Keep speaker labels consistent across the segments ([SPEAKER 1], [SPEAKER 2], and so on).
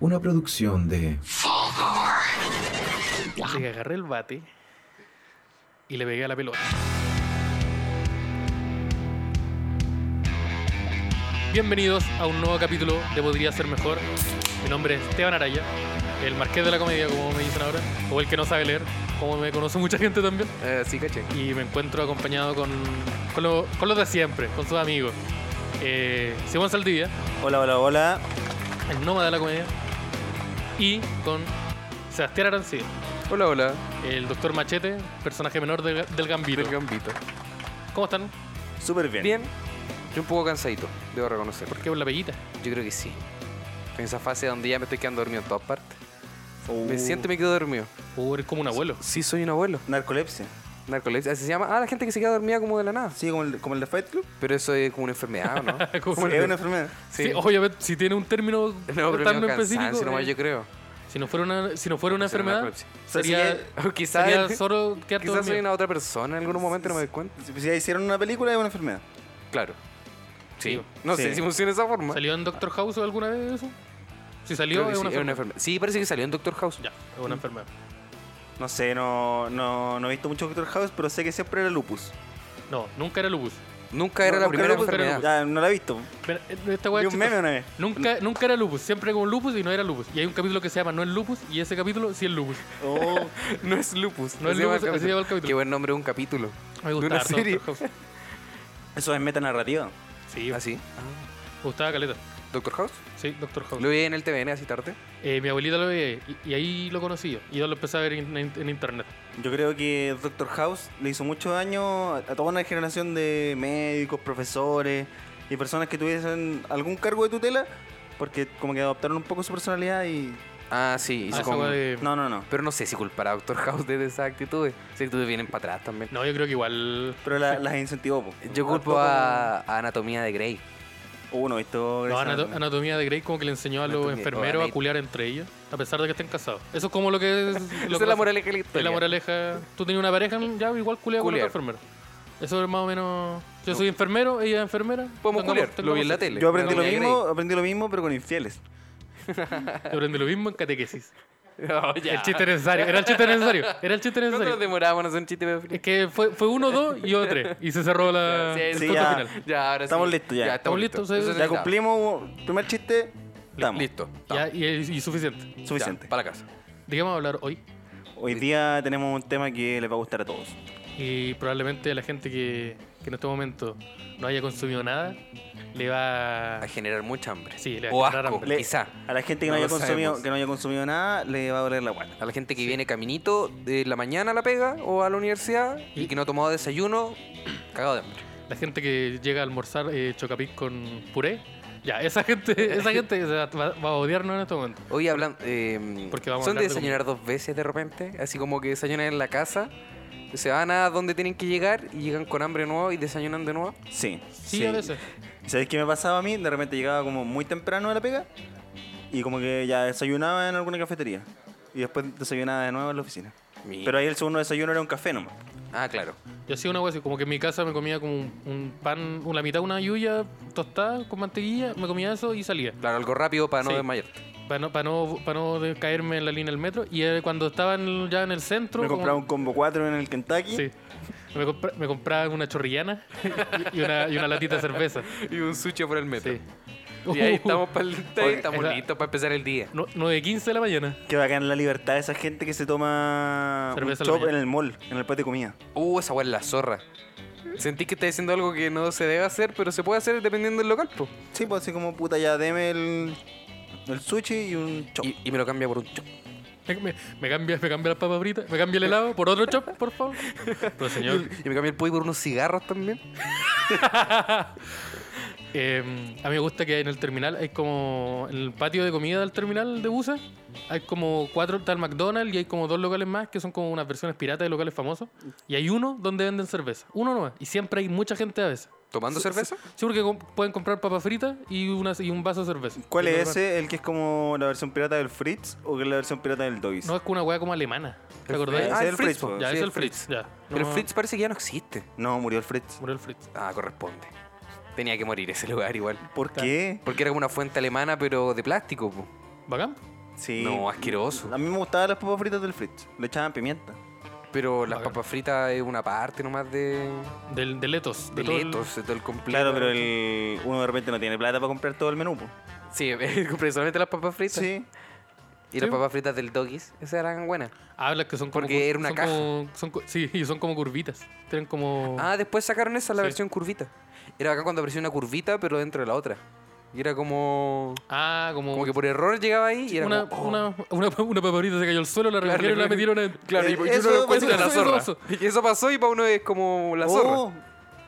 [SPEAKER 1] Una producción de...
[SPEAKER 2] Así que agarré el bate y le pegué a la pelota. Bienvenidos a un nuevo capítulo de Podría Ser Mejor. Mi nombre es Esteban Araya, el marqués de la comedia, como me dicen ahora, o el que no sabe leer, como me conoce mucha gente también.
[SPEAKER 3] Eh, sí, caché.
[SPEAKER 2] Y me encuentro acompañado con, con, lo- con los de siempre, con sus amigos. Eh, Simón Saldivia,
[SPEAKER 3] Hola, hola, hola.
[SPEAKER 2] el nómada de la comedia, y con Sebastián Arancía.
[SPEAKER 3] Hola, hola.
[SPEAKER 2] El doctor Machete, personaje menor del, del Gambito.
[SPEAKER 3] Del gambito.
[SPEAKER 2] ¿Cómo están?
[SPEAKER 4] Súper bien.
[SPEAKER 3] Bien. Yo un poco cansadito, debo reconocerlo.
[SPEAKER 2] ¿Qué por la pellita?
[SPEAKER 3] Yo creo que sí. Estoy en esa fase donde ya me estoy quedando dormido en todas partes.
[SPEAKER 4] Uh.
[SPEAKER 3] Me
[SPEAKER 2] Uh.
[SPEAKER 3] siento y me quedo dormido.
[SPEAKER 2] Oh, eres como un abuelo.
[SPEAKER 3] Sí, soy un abuelo.
[SPEAKER 4] Narcolepsia.
[SPEAKER 3] Narcolepsia. Así se llama. Ah, la gente que se queda dormida como de la nada.
[SPEAKER 4] Sí, como el, como el de Fight Club.
[SPEAKER 3] Pero eso es como una enfermedad, ¿o ¿no?
[SPEAKER 2] Como el-
[SPEAKER 4] Sí, es una enfermedad.
[SPEAKER 2] Sí, obviamente, si tiene un término
[SPEAKER 3] No, pero
[SPEAKER 2] tan
[SPEAKER 3] no Pues
[SPEAKER 2] específico.
[SPEAKER 3] cansancio nomás,
[SPEAKER 2] eh,
[SPEAKER 3] yo creo.
[SPEAKER 2] Si no fuera una, si no fuera una
[SPEAKER 3] Puede ser
[SPEAKER 2] enfermedad,
[SPEAKER 3] narcolepsia.
[SPEAKER 4] O sea,
[SPEAKER 2] sería,
[SPEAKER 4] si
[SPEAKER 3] O
[SPEAKER 2] sería
[SPEAKER 3] quizás,
[SPEAKER 2] solo quedarte
[SPEAKER 3] quizás soy
[SPEAKER 2] dormido.
[SPEAKER 3] una otra persona en algún momento, no me doy cuenta.
[SPEAKER 4] ya, si ya hicieron una película, es una enfermedad.
[SPEAKER 3] Claro. Sí.
[SPEAKER 2] Sí.
[SPEAKER 3] No sé
[SPEAKER 4] Sí.
[SPEAKER 3] si funciona de esa forma.
[SPEAKER 2] ¿Salió en Doctor House alguna vez eso? Si
[SPEAKER 3] Creo
[SPEAKER 2] salió, es una
[SPEAKER 3] que sí, es una
[SPEAKER 2] enfermedad.
[SPEAKER 3] enfermedad. Sí, parece que salió en Doctor House.
[SPEAKER 2] Ya, es una enfermedad.
[SPEAKER 4] No sé, no, no, no he visto mucho Doctor House, pero sé que siempre era lupus.
[SPEAKER 2] No, nunca era lupus.
[SPEAKER 3] Nunca era
[SPEAKER 4] No,
[SPEAKER 3] la
[SPEAKER 4] nunca
[SPEAKER 3] primera
[SPEAKER 4] era lupus,
[SPEAKER 3] enfermedad.
[SPEAKER 4] Ya, no la he visto.
[SPEAKER 2] Pero, eh, esta
[SPEAKER 4] Vi
[SPEAKER 2] weá es
[SPEAKER 4] un meme
[SPEAKER 2] chistosa.
[SPEAKER 4] una vez.
[SPEAKER 2] Nunca, nunca era lupus, siempre con lupus y no era lupus. Y hay un capítulo que se llama No es lupus y ese capítulo sí es lupus.
[SPEAKER 4] Oh,
[SPEAKER 3] No es lupus.
[SPEAKER 2] No es
[SPEAKER 3] se llama
[SPEAKER 2] lupus,
[SPEAKER 3] el
[SPEAKER 2] así se llama el capítulo.
[SPEAKER 3] Qué buen nombre de un capítulo.
[SPEAKER 2] Me
[SPEAKER 3] De
[SPEAKER 2] gustaba
[SPEAKER 3] una
[SPEAKER 2] harto
[SPEAKER 3] serie.
[SPEAKER 2] Doctor House.
[SPEAKER 4] eso es metanarrativa.
[SPEAKER 2] Sí, me
[SPEAKER 3] Así.
[SPEAKER 2] gustaba caleta.
[SPEAKER 3] ¿Ah, Doctor House.
[SPEAKER 2] Sí, Doctor House.
[SPEAKER 3] Lo vi en el TVN así tarde.
[SPEAKER 2] Eh, mi abuelita lo veía y, y ahí lo conocí yo. Y yo lo empecé a ver en, en- en internet.
[SPEAKER 4] Yo creo que Doctor House le hizo mucho daño a a toda una generación de médicos, profesores y personas que tuviesen algún cargo de tutela porque como que adoptaron un poco su personalidad y...
[SPEAKER 3] Ah, sí. hizo
[SPEAKER 2] Ah, esa
[SPEAKER 3] como-
[SPEAKER 2] weá de- no.
[SPEAKER 4] No, no, no.
[SPEAKER 3] Pero no sé si culpar a Doctor House de esas actitudes. Esas actitudes vienen para atrás también.
[SPEAKER 2] yo creo que igual.
[SPEAKER 4] Pero la- las incentivó. po.
[SPEAKER 3] Yo culpo a, a Anatomía de Grey.
[SPEAKER 4] Uno,
[SPEAKER 2] No,
[SPEAKER 4] visto... Grey's
[SPEAKER 2] anato-
[SPEAKER 4] Anatomy.
[SPEAKER 2] Anatomía de Grey como que le enseñó a los
[SPEAKER 3] Anatomía-
[SPEAKER 2] enfermeros a
[SPEAKER 3] Anat-
[SPEAKER 2] culear entre ellos, a pesar de que estén casados. Eso es como lo que es. lo
[SPEAKER 3] Esa es
[SPEAKER 2] que
[SPEAKER 3] la
[SPEAKER 2] hace-
[SPEAKER 3] moraleja de la
[SPEAKER 2] es
[SPEAKER 3] historia.
[SPEAKER 2] la moraleja. Tú tenías una pareja, ya igual culea con otro
[SPEAKER 3] Culear.
[SPEAKER 2] enfermero. Eso es más o menos. Yo soy enfermero, ella es enfermera.
[SPEAKER 3] Podemos
[SPEAKER 2] tengamos-
[SPEAKER 3] culiar, lo vi en la
[SPEAKER 2] tengamos-
[SPEAKER 3] tele.
[SPEAKER 4] Yo aprendí lo
[SPEAKER 3] Anatomía de
[SPEAKER 4] mismo, aprendí lo mismo, pero con infieles.
[SPEAKER 2] Yo aprendí lo mismo en catequesis.
[SPEAKER 3] Grey. No, ya.
[SPEAKER 2] El chiste necesario. Era el chiste necesario. Era el chiste
[SPEAKER 3] Nosotros
[SPEAKER 2] necesario.
[SPEAKER 3] demorábamos en hacer un chiste pedófilo.
[SPEAKER 2] Es Eh, que fue, fue uno, dos y yo tres. Y se cerró la,
[SPEAKER 3] Sí,
[SPEAKER 2] el
[SPEAKER 3] sí,
[SPEAKER 2] punto
[SPEAKER 4] ya.
[SPEAKER 2] final.
[SPEAKER 3] Ya, ahora sí.
[SPEAKER 4] Estamos listos, ya.
[SPEAKER 2] Estamos listos, sí.
[SPEAKER 3] Eso se
[SPEAKER 4] Ya
[SPEAKER 3] necesitaba.
[SPEAKER 4] cumplimos, primer chiste, estamos.
[SPEAKER 3] Listo. estamos.
[SPEAKER 2] Ya, y, y suficiente.
[SPEAKER 3] Ya,
[SPEAKER 4] Suficiente.
[SPEAKER 3] Para la casa.
[SPEAKER 2] ¿De qué vamos a hablar hoy?
[SPEAKER 4] Hoy día tenemos un tema que les va a gustar a todos.
[SPEAKER 2] Y probablemente a la gente que, que en este momento no haya consumido nada le va.
[SPEAKER 3] A generar mucha hambre.
[SPEAKER 2] Ah. Sí, le va a
[SPEAKER 3] o
[SPEAKER 2] generar
[SPEAKER 3] asco,
[SPEAKER 2] hambre.
[SPEAKER 3] quizá.
[SPEAKER 4] A la gente que
[SPEAKER 3] No
[SPEAKER 4] no, haya
[SPEAKER 3] lo
[SPEAKER 4] consumido,
[SPEAKER 3] sabemos.
[SPEAKER 4] que no haya consumido nada, le va a doler la guata.
[SPEAKER 3] A la gente que viene caminito de la mañana a la pega o a la universidad y, que no ha tomado desayuno, cagado de hambre.
[SPEAKER 2] La gente que llega a almorzar eh, chocapic con puré. Ya, esa gente, esa gente se va, va a odiarnos en este momento.
[SPEAKER 3] Hoy hablan. eh,
[SPEAKER 2] Porque vamos a
[SPEAKER 3] son de
[SPEAKER 2] hablar de
[SPEAKER 3] desayunar dos veces de repente, así como que desayunan en la casa, se van a donde tienen que llegar y llegan con hambre de nuevo y desayunan de nuevo.
[SPEAKER 4] Sí.
[SPEAKER 2] Sí, a veces.
[SPEAKER 4] ¿Sabes qué me pasaba a mí? De repente llegaba como muy temprano a la pega y como que ya desayunaba en alguna cafetería. Y después desayunaba de nuevo en la oficina.
[SPEAKER 3] Mi-
[SPEAKER 4] Pero ahí el segundo desayuno era un café nomás.
[SPEAKER 3] ah, claro.
[SPEAKER 2] Yo hacía una hueá así, como que en mi casa me comía como un, un pan, una mitad, una yuya tostada con mantequilla, me comía eso y salía.
[SPEAKER 3] Claro, algo rápido para no
[SPEAKER 2] Sí.
[SPEAKER 3] desmayarte.
[SPEAKER 2] Para no, para no, para no de- caerme en la línea del metro. Y eh, cuando estaba en- ya en el centro.
[SPEAKER 4] Me
[SPEAKER 2] como-
[SPEAKER 4] compraba un combo 4 en el Kentucky.
[SPEAKER 2] Sí. Me, compra- me compraban una chorrillana y, y una, y una latita de cerveza.
[SPEAKER 3] Y un sushi por el metro.
[SPEAKER 2] Sí.
[SPEAKER 3] Y
[SPEAKER 4] Uh.
[SPEAKER 3] ahí estamos, para
[SPEAKER 2] Oye,
[SPEAKER 3] estamos
[SPEAKER 2] esa-
[SPEAKER 3] listos para empezar el día.
[SPEAKER 2] No- 9.15 de la mañana.
[SPEAKER 4] Que bacán la libertad de esa gente que se toma un
[SPEAKER 2] Cerveza en la
[SPEAKER 4] chop en
[SPEAKER 2] mañana.
[SPEAKER 4] el mall, en el patio de comida.
[SPEAKER 3] Uh, esa weá es la zorra. Sentí que estás haciendo algo que no se debe hacer, pero se puede hacer dependiendo del local, po.
[SPEAKER 4] Sí, pues así como puta, ya deme el, el sushi y un chop.
[SPEAKER 3] Y, y me lo cambia por un chop.
[SPEAKER 2] Me, me, me cambia, me cambia las papas fritas, me cambia el helado por otro chop, por favor. Pero señor,
[SPEAKER 3] Y me cambia el pollo por unos cigarros también.
[SPEAKER 2] eh, a mí me gusta que en el terminal hay como. En el patio de comida del terminal de buses hay como cuatro. Está el McDonald's y hay como dos locales más que son como unas versiones piratas de locales famosos. Y hay uno donde venden cerveza. Uno nomás. Y siempre hay mucha gente a veces.
[SPEAKER 3] ¿Tomando cerveza?
[SPEAKER 2] Sí, porque com- pueden comprar papas fritas y, una, y un vaso de cerveza.
[SPEAKER 4] ¿Cuál
[SPEAKER 2] Y
[SPEAKER 4] es
[SPEAKER 2] no-
[SPEAKER 4] ese? ¿El que es como la versión pirata del Fritz o que es la versión pirata del Dois?
[SPEAKER 2] No, es como una hueá como alemana. ¿Te acordás?
[SPEAKER 4] Fritz.
[SPEAKER 3] Ah,
[SPEAKER 4] Ese
[SPEAKER 3] el
[SPEAKER 4] es el Fritz,
[SPEAKER 3] Fritz, po.
[SPEAKER 4] po.
[SPEAKER 2] ya,
[SPEAKER 4] sí,
[SPEAKER 2] es el
[SPEAKER 4] el Fritz.
[SPEAKER 2] Fritz. Ya.
[SPEAKER 3] Pero
[SPEAKER 2] No,
[SPEAKER 3] el Fritz parece que ya no existe.
[SPEAKER 4] No, murió el Fritz.
[SPEAKER 2] Murió el Fritz.
[SPEAKER 3] Ah, corresponde. Tenía que morir ese lugar igual.
[SPEAKER 4] ¿Por qué?
[SPEAKER 3] Porque era como una fuente alemana, pero de plástico, po.
[SPEAKER 2] Bacán.
[SPEAKER 4] Sí.
[SPEAKER 3] No, asqueroso.
[SPEAKER 4] A mí me gustaban las papas fritas del Fritz. Le echaban pimienta.
[SPEAKER 3] Pero las
[SPEAKER 2] Bacán.
[SPEAKER 3] papas fritas es una parte nomás de.
[SPEAKER 2] Del, de Letos.
[SPEAKER 3] de
[SPEAKER 2] todo el-
[SPEAKER 3] letos, de todo el completo.
[SPEAKER 4] Claro, pero el, uno de repente no tiene plata para comprar todo el menú. po.
[SPEAKER 3] Sí, compré solamente las papas fritas.
[SPEAKER 4] Sí.
[SPEAKER 3] Y las
[SPEAKER 2] Sí.
[SPEAKER 3] papas fritas del Doggies, esas eran buenas.
[SPEAKER 2] Ah, las que son como.
[SPEAKER 3] Porque
[SPEAKER 2] cur-
[SPEAKER 3] era una
[SPEAKER 2] son
[SPEAKER 3] caja.
[SPEAKER 2] como- son co- sí, y son como curvitas. Tienen como.
[SPEAKER 3] Ah, después sacaron esa, la
[SPEAKER 2] Oh. Sí.
[SPEAKER 3] versión curvita. Era acá cuando apareció una curvita, pero dentro de la otra. Y era como.
[SPEAKER 2] Ah, como.
[SPEAKER 3] Como que por error llegaba ahí y era
[SPEAKER 2] una,
[SPEAKER 3] como. oh.
[SPEAKER 2] una, una, una paparita se cayó al suelo, la
[SPEAKER 3] Claro,
[SPEAKER 2] recogieron y la
[SPEAKER 3] le-
[SPEAKER 2] metieron en.
[SPEAKER 3] Claro, y, pues, y
[SPEAKER 4] Eh,
[SPEAKER 3] uno
[SPEAKER 4] eso-
[SPEAKER 3] lo encuentra
[SPEAKER 4] eso-
[SPEAKER 3] la
[SPEAKER 2] eso
[SPEAKER 3] zorra.
[SPEAKER 2] pasó.
[SPEAKER 3] Y eso pasó y para uno es como la zorra.
[SPEAKER 4] Oh,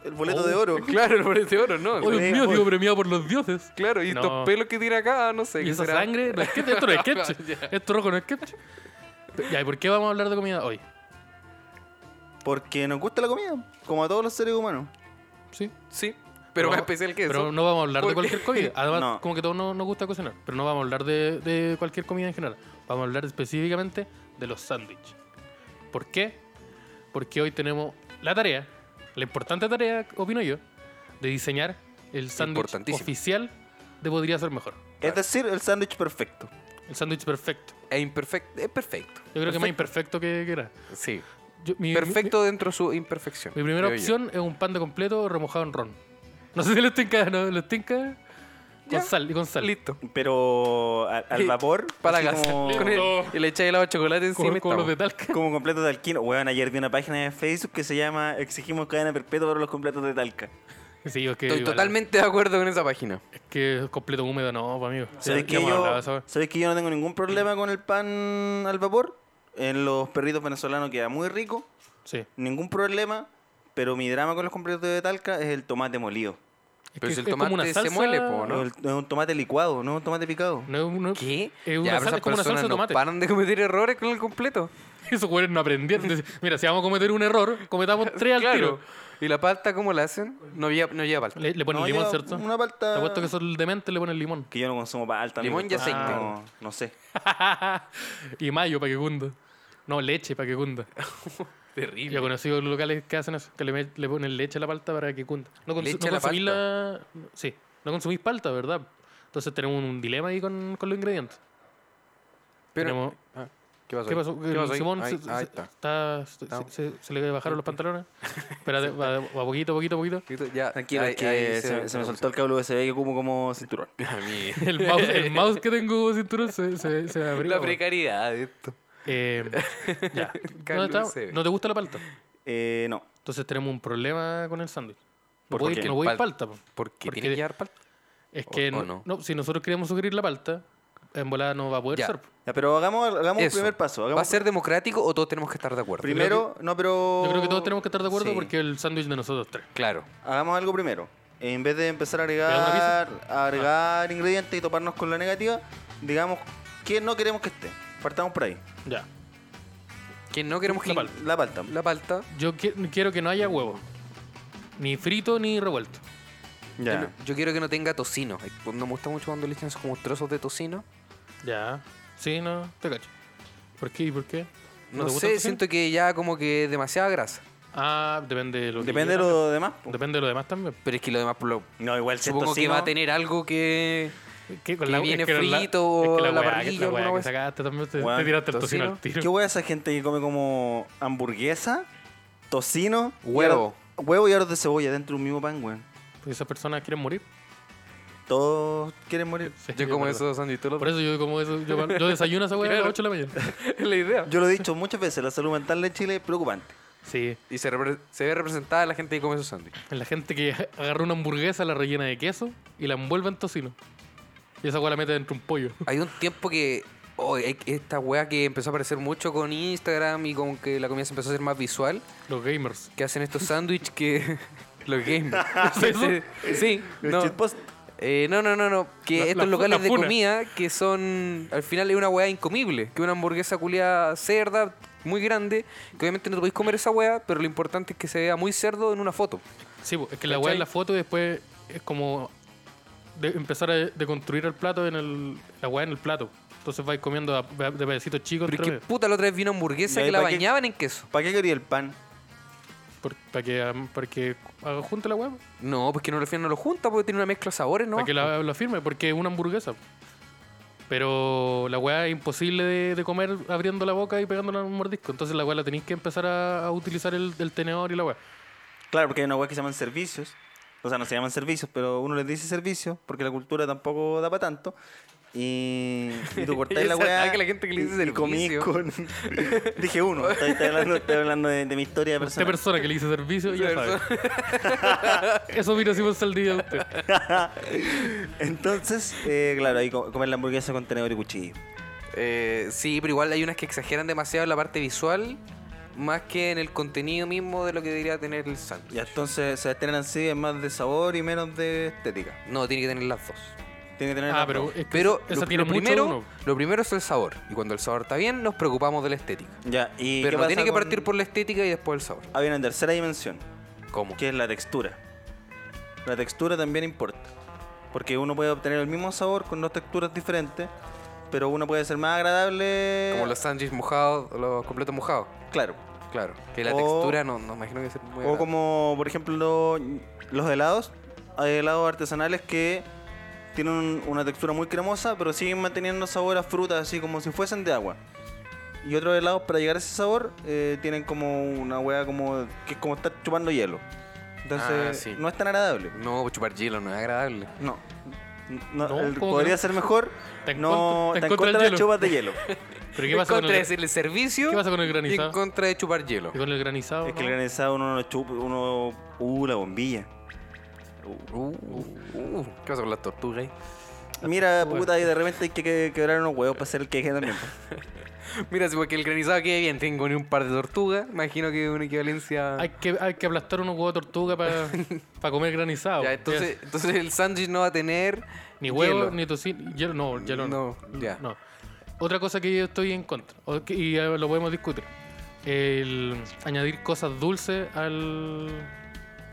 [SPEAKER 4] el boleto de oro.
[SPEAKER 3] Claro, por ese oro, ¿no?
[SPEAKER 2] Oh, Dios
[SPEAKER 4] Eh,
[SPEAKER 2] mío,
[SPEAKER 4] voy.
[SPEAKER 2] digo premiado por los dioses.
[SPEAKER 3] Claro, y
[SPEAKER 2] No.
[SPEAKER 3] estos pelos que tiene acá, no sé.
[SPEAKER 2] Y
[SPEAKER 3] ¿qué
[SPEAKER 2] esa
[SPEAKER 3] será?
[SPEAKER 2] sangre, no es ketchup, esto no es ketchup. Esto rojo no es ketchup. Pe- Ya, ¿y por qué vamos a hablar de comida hoy?
[SPEAKER 4] Porque nos gusta la comida, como a todos los seres humanos.
[SPEAKER 2] Sí.
[SPEAKER 3] Sí, pero
[SPEAKER 2] No
[SPEAKER 3] más
[SPEAKER 2] va-
[SPEAKER 3] especial que eso.
[SPEAKER 2] Pero no vamos a hablar de
[SPEAKER 3] Porque-
[SPEAKER 2] cualquier comida. Además,
[SPEAKER 4] No.
[SPEAKER 2] como que todos no- nos gusta cocinar, pero no vamos a hablar de, de cualquier comida en general. Vamos a hablar específicamente de los sándwiches. ¿Por qué? Porque hoy tenemos la tarea, la importante tarea, opino yo, de diseñar el sándwich
[SPEAKER 3] Importantísimo.
[SPEAKER 2] oficial de Podría Ser Mejor.
[SPEAKER 4] Es decir, el sándwich perfecto.
[SPEAKER 2] El sándwich perfecto.
[SPEAKER 3] Es imperfecto. Es perfecto.
[SPEAKER 2] Yo creo que más imperfecto que, que era.
[SPEAKER 3] Sí.
[SPEAKER 2] Yo- mi-
[SPEAKER 3] Perfecto dentro de su imperfección.
[SPEAKER 2] Mi primera
[SPEAKER 3] creo yo.
[SPEAKER 2] opción es un pan de completo remojado en ron. No sé si lo tinca, no, lo tinca con
[SPEAKER 3] Ya.
[SPEAKER 2] sal y con sal.
[SPEAKER 3] Listo.
[SPEAKER 4] Pero a- al
[SPEAKER 3] Y-
[SPEAKER 4] vapor.
[SPEAKER 3] Para
[SPEAKER 4] así
[SPEAKER 3] la casa.
[SPEAKER 4] Como,
[SPEAKER 3] Con el- y le echáis helado de chocolate encima.
[SPEAKER 2] Como,
[SPEAKER 3] y
[SPEAKER 2] como los de
[SPEAKER 3] estamos.
[SPEAKER 2] Talca.
[SPEAKER 4] como completo de alquino. Weón, ayer vi una página de Facebook que se llama Exigimos cadena perpetua para los completos de Talca.
[SPEAKER 2] Sí, es que
[SPEAKER 3] Estoy
[SPEAKER 2] igual,
[SPEAKER 3] totalmente de acuerdo con esa página.
[SPEAKER 2] Es que es completo húmedo, no, pues, amigo.
[SPEAKER 4] ¿Sabes
[SPEAKER 2] Ya-
[SPEAKER 4] que,
[SPEAKER 2] ya hemos
[SPEAKER 4] yo,
[SPEAKER 2] hablado de esa wea.
[SPEAKER 4] sabes que yo no tengo ningún problema con el pan al vapor? En los perritos venezolanos queda muy rico,
[SPEAKER 2] Sí.
[SPEAKER 4] ningún problema. Pero mi drama con los completos de Talca es el tomate molido.
[SPEAKER 2] Es
[SPEAKER 3] Pero
[SPEAKER 2] que
[SPEAKER 3] si el
[SPEAKER 2] es como
[SPEAKER 3] tomate
[SPEAKER 2] una
[SPEAKER 3] se
[SPEAKER 2] salsa-
[SPEAKER 3] muele, po, ¿no?
[SPEAKER 4] Es el- es un tomate licuado, no es un tomate picado.
[SPEAKER 2] No es un-
[SPEAKER 3] ¿Qué?
[SPEAKER 2] Es, una
[SPEAKER 3] Ya, pero
[SPEAKER 2] salsa-
[SPEAKER 3] esas
[SPEAKER 2] es como una salsa
[SPEAKER 3] personas
[SPEAKER 2] de
[SPEAKER 3] no
[SPEAKER 2] tomate.
[SPEAKER 3] paran de cometer errores con el completo.
[SPEAKER 2] Esos güeyes no aprendieron. Entonces, Mira, si vamos a cometer un error, cometamos tres al tiro.
[SPEAKER 3] ¿Y la palta cómo la hacen? No lleva, no lleva palta.
[SPEAKER 2] Le, le ponen
[SPEAKER 4] No,
[SPEAKER 2] limón,
[SPEAKER 4] lleva
[SPEAKER 2] ¿cierto?
[SPEAKER 4] Una palta.
[SPEAKER 2] Te apuesto que son dementes, le ponen limón.
[SPEAKER 4] Que yo no consumo palta. amigo,
[SPEAKER 3] Limón y
[SPEAKER 4] entonces
[SPEAKER 3] aceite.
[SPEAKER 4] No, no sé.
[SPEAKER 2] y mayo para que cunda. No, leche para que cunda. Yo he
[SPEAKER 3] Terrible.
[SPEAKER 2] conocido locales que hacen eso, que le, met- le ponen leche a la palta para que cunda. No, consu-
[SPEAKER 3] Leche
[SPEAKER 2] no
[SPEAKER 3] a la
[SPEAKER 2] consumís la, Sí, no consumís palta, ¿verdad? Entonces tenemos un, dilema ahí con, con los ingredientes.
[SPEAKER 3] Pero,
[SPEAKER 2] Tenemos-
[SPEAKER 3] Ah, ¿Qué pasó?
[SPEAKER 2] ¿Qué
[SPEAKER 3] ahí?
[SPEAKER 2] pasó?
[SPEAKER 3] ¿Qué pasó ahí?
[SPEAKER 2] Simón
[SPEAKER 3] Ahí-
[SPEAKER 2] se, se-
[SPEAKER 3] ahí está.
[SPEAKER 2] está- se-
[SPEAKER 3] Está.
[SPEAKER 2] se- se le bajaron los pantalones. Espérate, a, a poquito, poquito, poquito.
[SPEAKER 3] Ya,
[SPEAKER 4] Tranquilo,
[SPEAKER 3] ahí-
[SPEAKER 4] es que
[SPEAKER 3] ahí
[SPEAKER 4] se, me- se me soltó el cable USB que ocupo como cinturón.
[SPEAKER 3] A mí.
[SPEAKER 2] El mouse, el mouse que tengo en cinturón se, se, se me abrió.
[SPEAKER 3] La precariedad de esto.
[SPEAKER 2] Eh, ya.
[SPEAKER 3] Cable
[SPEAKER 2] ¿Dónde está?
[SPEAKER 3] USB.
[SPEAKER 2] ¿No te gusta la palta?
[SPEAKER 4] Eh, no.
[SPEAKER 2] Entonces tenemos un problema con el sándwich. No
[SPEAKER 4] ¿Por
[SPEAKER 2] puede
[SPEAKER 4] qué?
[SPEAKER 2] no puede ir
[SPEAKER 3] Pal-
[SPEAKER 2] palta. po.
[SPEAKER 3] ¿Por qué
[SPEAKER 2] Porque
[SPEAKER 3] tiene que llevar palta?
[SPEAKER 2] Es que
[SPEAKER 3] o
[SPEAKER 2] no,
[SPEAKER 3] no.
[SPEAKER 2] no, si nosotros queremos sugerir la palta, en volada no va a poder
[SPEAKER 3] Ya.
[SPEAKER 2] ser. po.
[SPEAKER 4] Ya, pero hagamos, hagamos un
[SPEAKER 3] Eso.
[SPEAKER 4] primer paso. hagamos
[SPEAKER 3] ¿Va a ser democrático o todos tenemos que estar de acuerdo?
[SPEAKER 4] primero, no, pero.
[SPEAKER 2] Yo creo que todos tenemos que estar de acuerdo
[SPEAKER 4] Sí.
[SPEAKER 2] porque el sándwich de nosotros tres.
[SPEAKER 3] Claro.
[SPEAKER 4] Hagamos algo primero. En vez de empezar a
[SPEAKER 2] ¿Pegamos la
[SPEAKER 4] agregar, a agregar ingredientes y toparnos con la negativa, digamos que no queremos que esté. Partamos por ahí.
[SPEAKER 2] Ya.
[SPEAKER 3] Que no queremos que...
[SPEAKER 2] La palta.
[SPEAKER 4] La palta.
[SPEAKER 3] La palta.
[SPEAKER 2] Yo qui- quiero que no haya huevo. Ni frito ni revuelto.
[SPEAKER 3] Yo, no- yo quiero que no tenga tocino. Ay, pues, No me gusta mucho cuando le echan esos como trozos de tocino.
[SPEAKER 2] Ya. Sí, no, te cacho. ¿Por qué? ¿Y por qué?
[SPEAKER 3] No,
[SPEAKER 2] te gusta
[SPEAKER 3] sé,
[SPEAKER 2] el tocino?
[SPEAKER 3] siento que ya como que es demasiada grasa.
[SPEAKER 2] Ah, depende de lo que
[SPEAKER 4] Depende de
[SPEAKER 2] quieras.
[SPEAKER 4] lo demás. po.
[SPEAKER 2] Depende de lo demás también.
[SPEAKER 3] Pero es que lo demás, por lo-
[SPEAKER 4] No, igual si
[SPEAKER 3] supongo
[SPEAKER 4] esto sí
[SPEAKER 3] que va
[SPEAKER 4] no-
[SPEAKER 3] a tener algo que.
[SPEAKER 2] ¿Qué? Con
[SPEAKER 3] Que viene
[SPEAKER 2] con
[SPEAKER 3] frito o la
[SPEAKER 2] weá que-
[SPEAKER 3] parrilla,
[SPEAKER 2] weá
[SPEAKER 3] alguna
[SPEAKER 2] que
[SPEAKER 3] weá.
[SPEAKER 2] sacaste también te, te
[SPEAKER 4] Weón,
[SPEAKER 2] tiraste el tocino
[SPEAKER 3] tocino.
[SPEAKER 2] al tiro.
[SPEAKER 4] ¿Qué hueá esa gente que come como hamburguesa, tocino, y
[SPEAKER 3] Huevo.
[SPEAKER 4] aros- huevo y aros de cebolla dentro de un mismo pan, weón?
[SPEAKER 2] Pues esas personas quieren morir.
[SPEAKER 4] Todos quieren morir.
[SPEAKER 2] Sí,
[SPEAKER 3] Yo
[SPEAKER 2] es
[SPEAKER 3] como
[SPEAKER 2] verdad.
[SPEAKER 3] esos sanditos.
[SPEAKER 2] Por eso yo como eso. Yo, yo desayuno esa weá a las
[SPEAKER 3] Claro.
[SPEAKER 2] 8 de la mañana.
[SPEAKER 3] Es la idea.
[SPEAKER 4] Yo lo he dicho muchas veces, la salud mental de Chile es preocupante.
[SPEAKER 2] Sí.
[SPEAKER 3] Y se, repre- se ve representada la gente que come esos sándwiches.
[SPEAKER 2] La gente que agarra una hamburguesa, la rellena de queso y la envuelve en tocino. Y esa weá la mete dentro de un pollo.
[SPEAKER 3] Hay un tiempo que. oh, hay- esta wea que empezó a aparecer mucho con Instagram y como que la comida se empezó a hacer más visual.
[SPEAKER 2] Los gamers.
[SPEAKER 3] Que hacen estos sándwiches que. Los games.
[SPEAKER 2] ¿Es eso?
[SPEAKER 3] sí.
[SPEAKER 4] El
[SPEAKER 3] No.
[SPEAKER 4] shitpost,
[SPEAKER 3] Eh, no, no, no, no. Que
[SPEAKER 2] La-
[SPEAKER 3] estos
[SPEAKER 2] la-
[SPEAKER 3] locales
[SPEAKER 2] la
[SPEAKER 3] de
[SPEAKER 2] funa.
[SPEAKER 3] comida que son. Al final es una weá incomible. Que una hamburguesa culiada cerda, muy grande. Que obviamente no te podéis comer esa weá, pero lo importante es que se vea muy cerdo en una foto.
[SPEAKER 2] Sí, po, es que la weá
[SPEAKER 3] ¿Cachai?
[SPEAKER 2] es la foto y después es como de empezar a de construir el plato en el. La weá en el plato. Entonces vais comiendo a- de pedacitos chicos
[SPEAKER 3] Pero es
[SPEAKER 2] entre
[SPEAKER 3] que
[SPEAKER 2] medio.
[SPEAKER 3] puta, la otra vez vi una hamburguesa
[SPEAKER 4] ¿Y ahí
[SPEAKER 3] que la
[SPEAKER 4] pa' qué?
[SPEAKER 3] bañaban en queso.
[SPEAKER 4] ¿Para qué quería el pan?
[SPEAKER 2] Por- para que, am, para que haga junta la weá.
[SPEAKER 3] pues No, pues que no al final no lo junta porque tiene una mezcla de sabores, ¿no?
[SPEAKER 2] Para que la, la firme, porque es una hamburguesa. Pero la weá es imposible de, de comer abriendo la boca y pegándola en un mordisco. Entonces la weá la tenéis que empezar a, a utilizar el, el tenedor y la weá.
[SPEAKER 4] Claro, porque hay una web que se llaman servicios. O sea, no se llaman servicios, pero uno les dice servicios porque la cultura tampoco da para tanto. Y, y tú cortás la
[SPEAKER 3] Esa
[SPEAKER 4] weá.
[SPEAKER 3] ataque a la gente que le
[SPEAKER 4] y-
[SPEAKER 3] dice
[SPEAKER 4] y comís
[SPEAKER 3] servicio.
[SPEAKER 4] con. Dije uno. Estoy, estoy hablando, estoy hablando de, de mi historia de
[SPEAKER 2] Esta
[SPEAKER 4] persona.
[SPEAKER 2] persona que le hice servicio, ya sabe. Eso vino así por saldilla de usted.
[SPEAKER 4] Entonces, eh, claro, ahí co- comer la hamburguesa con tenedor y cuchillo.
[SPEAKER 3] Eh, sí, pero igual hay unas que exageran demasiado en la parte visual, más que en el contenido mismo de lo que debería tener el sándwich.
[SPEAKER 4] Y entonces se estrenan así, es más de sabor y menos de estética.
[SPEAKER 3] No, tiene que tener las dos.
[SPEAKER 4] Tiene que tener.
[SPEAKER 2] Ah,
[SPEAKER 4] las
[SPEAKER 2] pero
[SPEAKER 4] dos.
[SPEAKER 2] es que
[SPEAKER 3] Pero
[SPEAKER 2] esa
[SPEAKER 3] lo,
[SPEAKER 2] tiene
[SPEAKER 3] lo
[SPEAKER 2] mucho de
[SPEAKER 3] primero,
[SPEAKER 2] uno.
[SPEAKER 3] lo primero es el sabor. Y cuando el sabor está bien, nos preocupamos de la estética.
[SPEAKER 4] Ya, y.
[SPEAKER 3] Pero
[SPEAKER 4] qué
[SPEAKER 3] no
[SPEAKER 4] pasa
[SPEAKER 3] tiene que
[SPEAKER 4] con-
[SPEAKER 3] partir por la estética y después el sabor.
[SPEAKER 4] Hay una tercera dimensión,
[SPEAKER 3] ¿Cómo?
[SPEAKER 4] que es la textura. La textura también importa. Porque uno puede obtener el mismo sabor con dos texturas diferentes, pero uno puede ser más agradable.
[SPEAKER 3] Como los sándwiches mojados, los completos mojados.
[SPEAKER 4] Claro.
[SPEAKER 3] Claro. Que la
[SPEAKER 4] O-
[SPEAKER 3] textura no, no imagino que sea muy
[SPEAKER 4] O
[SPEAKER 3] agradable.
[SPEAKER 4] como, por ejemplo, los helados. Hay helados artesanales que tienen un- una textura muy cremosa, pero siguen manteniendo sabor a fruta, así como si fuesen de agua. Y otros helados, para llegar a ese sabor, eh, tienen como una hueá como, que es como estar chupando hielo. Entonces,
[SPEAKER 3] Ah, sí.
[SPEAKER 4] no es tan agradable.
[SPEAKER 3] No, chupar hielo no es agradable.
[SPEAKER 4] No. No,
[SPEAKER 2] No,
[SPEAKER 4] el-
[SPEAKER 2] ¿cómo que
[SPEAKER 4] podría
[SPEAKER 2] no?
[SPEAKER 4] ser mejor.
[SPEAKER 2] Está en
[SPEAKER 4] no,
[SPEAKER 2] contra-
[SPEAKER 4] está
[SPEAKER 2] está
[SPEAKER 4] en
[SPEAKER 2] en
[SPEAKER 4] contra
[SPEAKER 2] contra
[SPEAKER 4] de
[SPEAKER 2] el hielo.
[SPEAKER 4] las chupas de hielo.
[SPEAKER 2] Pero ¿qué pasa
[SPEAKER 3] en
[SPEAKER 2] con
[SPEAKER 3] contra
[SPEAKER 2] el,
[SPEAKER 3] de el servicio
[SPEAKER 2] ¿Qué pasa con el
[SPEAKER 3] y en
[SPEAKER 2] granizado?
[SPEAKER 3] contra de chupar hielo.
[SPEAKER 2] y con el granizado?
[SPEAKER 4] Es que
[SPEAKER 2] no?
[SPEAKER 4] el granizado uno no chupa, uno. Uh, la bombilla.
[SPEAKER 3] Uh, uh, ¿Qué pasa con las tortugas ahí?
[SPEAKER 4] Mira,
[SPEAKER 2] Bueno.
[SPEAKER 4] puta, y de repente hay que que- quebrar unos huevos para hacer el queje también. pues.
[SPEAKER 3] Mira, si porque el granizado quede bien, tengo ni un par de tortugas. Imagino que una equivalencia.
[SPEAKER 2] Hay que, hay que aplastar unos huevos de tortuga para comer granizado.
[SPEAKER 3] Ya, entonces, entonces el sándwich no va a tener.
[SPEAKER 2] Ni huevo,
[SPEAKER 3] hielo.
[SPEAKER 2] ni tocino. Hielo, no, hielo no.
[SPEAKER 3] No, ya.
[SPEAKER 2] No. Otra cosa que yo estoy en contra, o que- y eh, lo podemos discutir, el añadir cosas dulces al.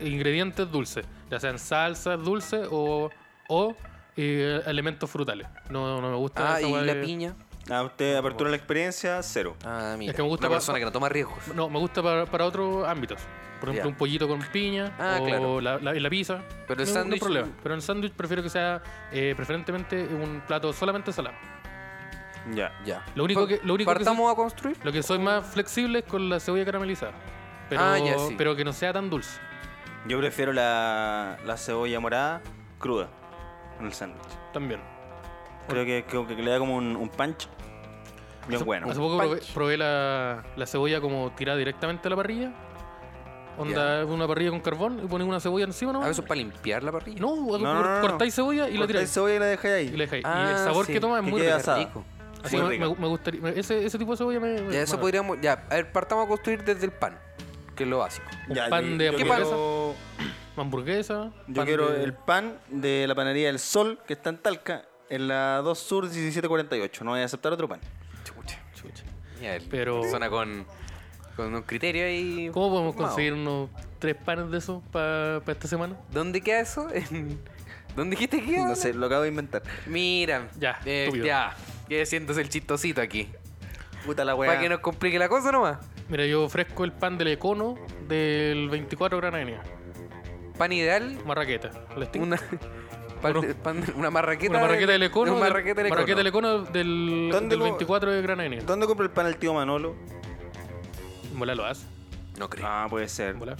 [SPEAKER 2] ingredientes dulces, ya sean salsas dulces o, o eh, elementos frutales. No, no me gusta.
[SPEAKER 3] Ah,
[SPEAKER 2] esa
[SPEAKER 3] y
[SPEAKER 2] hueá
[SPEAKER 3] la
[SPEAKER 2] de-
[SPEAKER 3] piña.
[SPEAKER 4] A usted, apertura a la experiencia, cero.
[SPEAKER 3] Ah, mira.
[SPEAKER 2] Es que me gusta
[SPEAKER 3] una
[SPEAKER 2] pa-
[SPEAKER 3] persona que no toma riesgos.
[SPEAKER 2] No, me gusta para, para otros ámbitos. Por ejemplo,
[SPEAKER 3] Ya.
[SPEAKER 2] un pollito con piña
[SPEAKER 3] Ah,
[SPEAKER 2] o
[SPEAKER 3] claro.
[SPEAKER 2] la, la- la pizza.
[SPEAKER 3] Pero el
[SPEAKER 2] No- no
[SPEAKER 3] sándwich-
[SPEAKER 2] problema. Pero en el sándwich prefiero que sea eh, preferentemente un plato solamente salado.
[SPEAKER 4] Ya.
[SPEAKER 3] Ya.
[SPEAKER 2] Lo único
[SPEAKER 3] Pues,
[SPEAKER 2] que- lo único que
[SPEAKER 3] Partamos a construir.
[SPEAKER 2] Lo que soy más flexible es con la cebolla caramelizada. Pero,
[SPEAKER 3] Ah, ya, sí.
[SPEAKER 2] pero que no sea tan dulce.
[SPEAKER 4] Yo prefiero la, la cebolla morada cruda en el sándwich.
[SPEAKER 2] También.
[SPEAKER 4] Creo que, creo que le da como un, un punch. Bien
[SPEAKER 2] Hace-
[SPEAKER 4] bueno.
[SPEAKER 2] Hace poco probé, probé la, la cebolla como tirada directamente a la parrilla. Onda, una parrilla con carbón y pones una cebolla encima,
[SPEAKER 4] Ah,
[SPEAKER 2] ¿no?
[SPEAKER 3] A veces para limpiar la parrilla.
[SPEAKER 2] No,
[SPEAKER 4] no, no, no, no.
[SPEAKER 2] cortáis cebolla y la
[SPEAKER 4] Cortáis
[SPEAKER 2] tiráis.
[SPEAKER 4] cebolla y la dejáis ahí.
[SPEAKER 2] Y la dejáis. y
[SPEAKER 3] Ah,
[SPEAKER 2] el sabor
[SPEAKER 3] sí.
[SPEAKER 2] que toma es
[SPEAKER 4] Que
[SPEAKER 2] muy
[SPEAKER 3] Qué
[SPEAKER 4] queda
[SPEAKER 2] rico.
[SPEAKER 4] asado. asada.
[SPEAKER 3] rico.
[SPEAKER 2] Así
[SPEAKER 4] muy
[SPEAKER 2] que me,
[SPEAKER 4] rica.
[SPEAKER 2] me gustaría. me- Ese, ese tipo de cebolla me. me-
[SPEAKER 3] Ya, eso
[SPEAKER 2] me-
[SPEAKER 3] podríamos. Ya, a ver, partamos a construir desde el pan, que es lo básico.
[SPEAKER 2] Un pan de
[SPEAKER 4] yo
[SPEAKER 2] hamburguesa.
[SPEAKER 4] quiero-
[SPEAKER 2] Hamburguesa.
[SPEAKER 4] Yo
[SPEAKER 2] pan
[SPEAKER 4] quiero
[SPEAKER 2] de-
[SPEAKER 4] el pan de la panadería del Sol, que está en Talca, en la 2 Sur 1748. No voy a aceptar otro pan.
[SPEAKER 3] Chucha.
[SPEAKER 2] Chucha.
[SPEAKER 3] Ya, el-
[SPEAKER 2] Pero-
[SPEAKER 3] Persona con, con un criterio ahí.
[SPEAKER 2] ¿Cómo podemos
[SPEAKER 3] formado.
[SPEAKER 2] conseguir unos tres panes de esos para esta semana?
[SPEAKER 3] ¿Dónde queda eso? En- ¿Dónde dijiste que queda?
[SPEAKER 4] No sé, lo acabo de inventar.
[SPEAKER 3] Mira,
[SPEAKER 2] Ya,
[SPEAKER 3] eh,
[SPEAKER 2] estúpido.
[SPEAKER 3] ya, ya siéntose el chistosito aquí.
[SPEAKER 4] Puta la weá.
[SPEAKER 3] Para que nos complique la cosa nomás.
[SPEAKER 2] Mira, yo ofrezco el pan del Econo del 24 Granadina.
[SPEAKER 3] Pan ideal,
[SPEAKER 2] Marraqueta. ¿Les tinca?
[SPEAKER 3] una, pan- pan- una marraqueta.
[SPEAKER 2] Una marraqueta del
[SPEAKER 3] de-
[SPEAKER 2] Econo.
[SPEAKER 3] Una
[SPEAKER 2] del-
[SPEAKER 3] marraqueta del
[SPEAKER 2] marraqueta del
[SPEAKER 3] Econo.
[SPEAKER 2] Econo del,
[SPEAKER 4] ¿Dónde
[SPEAKER 2] del
[SPEAKER 4] lo-
[SPEAKER 2] 24 de Granadina.
[SPEAKER 4] ¿Dónde compra el pan el tío Manolo?
[SPEAKER 2] Mola lo hace.
[SPEAKER 3] No creo.
[SPEAKER 4] Ah, puede ser.
[SPEAKER 2] Mola.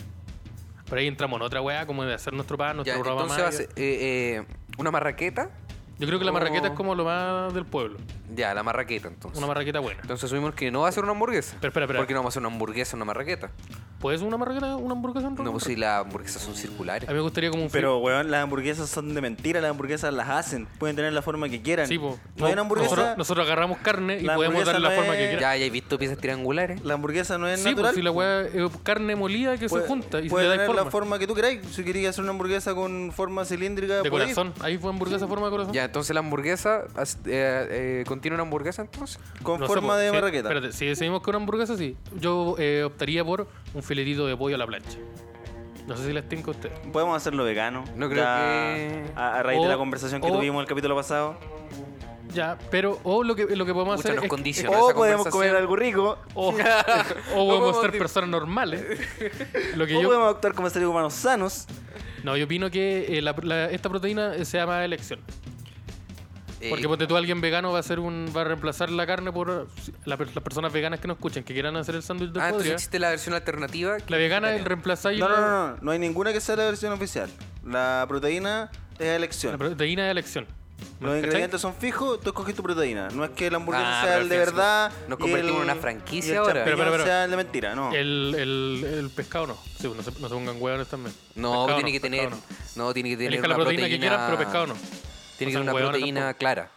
[SPEAKER 2] Por ahí entramos en otra weá, como de hacer nuestro pan,
[SPEAKER 3] Ya,
[SPEAKER 2] nuestro programa.
[SPEAKER 3] entonces va a ser, eh, eh, una marraqueta.
[SPEAKER 2] Yo creo que la
[SPEAKER 3] como-
[SPEAKER 4] Oh.
[SPEAKER 2] marraqueta es como lo más del pueblo.
[SPEAKER 3] Ya, la marraqueta entonces.
[SPEAKER 2] Una marraqueta buena.
[SPEAKER 3] Entonces asumimos que no va a ser una hamburguesa.
[SPEAKER 2] Pero espera, espera.
[SPEAKER 3] Porque no vamos a hacer una hamburguesa, una marraqueta.
[SPEAKER 2] ¿Puedes una marraqueta, una hamburguesa en
[SPEAKER 3] No,
[SPEAKER 2] rojo?
[SPEAKER 3] pues si las hamburguesas son circulares.
[SPEAKER 2] A mí me gustaría como un fri-
[SPEAKER 4] Pero, weón, las hamburguesas son de mentira. Las hamburguesas las hacen. Pueden tener la forma que quieran.
[SPEAKER 2] Sí, po.
[SPEAKER 4] No hay una hamburguesa.
[SPEAKER 2] Nosotros, nosotros agarramos carne y
[SPEAKER 4] La
[SPEAKER 2] podemos
[SPEAKER 4] hamburguesa
[SPEAKER 2] darle la
[SPEAKER 4] no
[SPEAKER 2] forma
[SPEAKER 4] es-
[SPEAKER 2] que quieras.
[SPEAKER 3] Ya, ya he visto piezas triangulares.
[SPEAKER 4] La hamburguesa no es
[SPEAKER 2] Sí,
[SPEAKER 4] natural.
[SPEAKER 2] pues si la weá es carne molida que
[SPEAKER 4] puede,
[SPEAKER 2] se junta y se
[SPEAKER 4] puede
[SPEAKER 2] le da
[SPEAKER 4] tener
[SPEAKER 2] forma.
[SPEAKER 4] la forma que tú queráis. Si querías hacer una hamburguesa con forma cilíndrica,
[SPEAKER 2] de
[SPEAKER 4] podéis.
[SPEAKER 2] corazón. Ahí fue hamburguesa forma de corazón.
[SPEAKER 3] Ya, entonces la hamburguesa as- eh, eh, contiene una hamburguesa entonces.
[SPEAKER 4] Con
[SPEAKER 2] No sé,
[SPEAKER 4] forma
[SPEAKER 2] po,
[SPEAKER 4] de
[SPEAKER 2] si-
[SPEAKER 4] barraqueta.
[SPEAKER 2] Espérate, si decidimos que una hamburguesa, sí. Yo eh, optaría por un filetito de pollo a la plancha. No sé si les tengo a ustedes.
[SPEAKER 4] Podemos hacerlo vegano.
[SPEAKER 3] No creo
[SPEAKER 4] ya
[SPEAKER 3] que-
[SPEAKER 4] A, a raíz de
[SPEAKER 2] O-
[SPEAKER 4] la conversación que
[SPEAKER 2] o-
[SPEAKER 4] tuvimos el capítulo pasado.
[SPEAKER 2] Ya, pero o lo que, lo que podemos
[SPEAKER 3] Pucha,
[SPEAKER 2] hacer
[SPEAKER 3] nos
[SPEAKER 2] es...
[SPEAKER 3] condiciona
[SPEAKER 4] O
[SPEAKER 3] esa
[SPEAKER 4] podemos comer
[SPEAKER 3] conversación.
[SPEAKER 4] algo rico.
[SPEAKER 2] O, o podemos
[SPEAKER 3] podemos
[SPEAKER 2] ser
[SPEAKER 3] decir-
[SPEAKER 2] personas normales. Lo que
[SPEAKER 4] o
[SPEAKER 2] yo,
[SPEAKER 4] podemos actuar como seres humanos sanos.
[SPEAKER 2] no, yo opino que eh, la- la- esta proteína eh, sea más elección.
[SPEAKER 3] Eh,
[SPEAKER 2] Porque ponte tú alguien vegano va a hacer un va a reemplazar la carne por la per- las personas veganas que no escuchen, que quieran hacer el sándwich de
[SPEAKER 3] ah, entonces
[SPEAKER 2] podría.
[SPEAKER 3] existe la versión alternativa.
[SPEAKER 2] La vegana es reemplazar y
[SPEAKER 4] No,
[SPEAKER 2] la,
[SPEAKER 4] no, no, no. No hay ninguna que sea la versión oficial. La proteína es a elección.
[SPEAKER 2] la proteína de elección.
[SPEAKER 4] Los
[SPEAKER 2] ¿Cachai?
[SPEAKER 4] ingredientes son fijos, tú escoges tu proteína. No es que el hamburguesa
[SPEAKER 3] Ah,
[SPEAKER 4] sea
[SPEAKER 3] pero
[SPEAKER 4] el
[SPEAKER 3] al
[SPEAKER 4] de
[SPEAKER 3] fin se-
[SPEAKER 4] verdad.
[SPEAKER 3] nos
[SPEAKER 4] y
[SPEAKER 3] convertimos en
[SPEAKER 4] el-
[SPEAKER 3] una franquicia
[SPEAKER 4] y el
[SPEAKER 3] ahora.
[SPEAKER 4] champiñón
[SPEAKER 2] Pero, pero, pero.
[SPEAKER 4] sea el de mentira, no.
[SPEAKER 2] El, el, el pescado no. Sí, no, se, no se pongan hueones también. Pescado
[SPEAKER 3] No, tiene que
[SPEAKER 2] pescado
[SPEAKER 3] tener. No. tiene que tener
[SPEAKER 2] Elija
[SPEAKER 3] una
[SPEAKER 2] la proteína, que quieran, pero pescado no.
[SPEAKER 3] Tiene que
[SPEAKER 2] No
[SPEAKER 3] tener una
[SPEAKER 2] sean hueones
[SPEAKER 3] proteína
[SPEAKER 2] tampoco.
[SPEAKER 3] clara.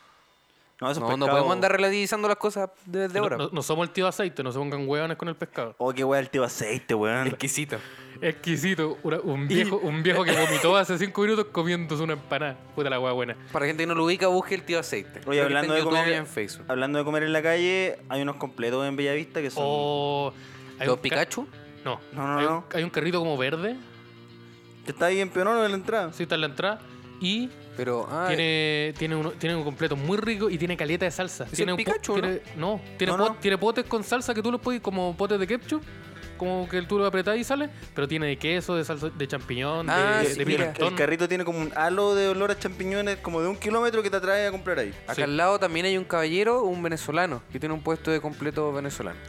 [SPEAKER 4] no, eso es
[SPEAKER 3] No, no
[SPEAKER 4] pescado.
[SPEAKER 3] podemos andar relativizando las cosas desde
[SPEAKER 2] No-
[SPEAKER 3] ahora.
[SPEAKER 2] No, no somos el tío aceite, no se pongan hueones con el pescado.
[SPEAKER 4] Oh, qué weá el tío aceite, weón.
[SPEAKER 3] Exquisito.
[SPEAKER 2] Exquisito, una- un viejo, un viejo que vomitó hace cinco minutos comiéndose una empanada. Puta la hueá buena.
[SPEAKER 3] Para gente que no lo ubica, busque el tío aceite. Creo que
[SPEAKER 4] Oye,
[SPEAKER 3] está
[SPEAKER 4] hablando
[SPEAKER 3] en
[SPEAKER 4] de,
[SPEAKER 3] YouTube
[SPEAKER 4] comer,
[SPEAKER 3] y en Facebook.
[SPEAKER 4] hablando de comer en la calle, hay unos completos en Bellavista que son.
[SPEAKER 2] O. Oh, hay
[SPEAKER 3] ¿Los
[SPEAKER 2] un ca-
[SPEAKER 3] Pikachu?
[SPEAKER 2] No.
[SPEAKER 4] No, no,
[SPEAKER 2] hay, un-
[SPEAKER 4] no.
[SPEAKER 2] hay un carrito como verde,
[SPEAKER 4] Que está ahí en Pionono en la entrada.
[SPEAKER 2] así está en la entrada. Y
[SPEAKER 3] Pero. Ah,
[SPEAKER 2] tiene, tiene, uno- tiene un completo muy rico y tiene caleta de salsa.
[SPEAKER 3] ¿Es
[SPEAKER 2] tiene
[SPEAKER 3] el
[SPEAKER 2] un po-
[SPEAKER 3] Pikachu,
[SPEAKER 2] tiene- no? tiene,
[SPEAKER 4] No,
[SPEAKER 2] pot-
[SPEAKER 4] no.
[SPEAKER 2] tiene potes con salsa que tú los puedes, como potes de ketchup. Como que tú lo apretás y sale, pero tiene de queso, de salsa, de champiñón, de-
[SPEAKER 3] Ah,
[SPEAKER 2] de,
[SPEAKER 3] sí, mira.
[SPEAKER 4] Eh, el,
[SPEAKER 2] pimentón.
[SPEAKER 4] el carrito tiene como un halo de olor a champiñones, como de un kilómetro que te atrae a comprar ahí.
[SPEAKER 3] Acá
[SPEAKER 2] Sí.
[SPEAKER 3] al lado también hay un caballero, un venezolano, que tiene un puesto de completo venezolano.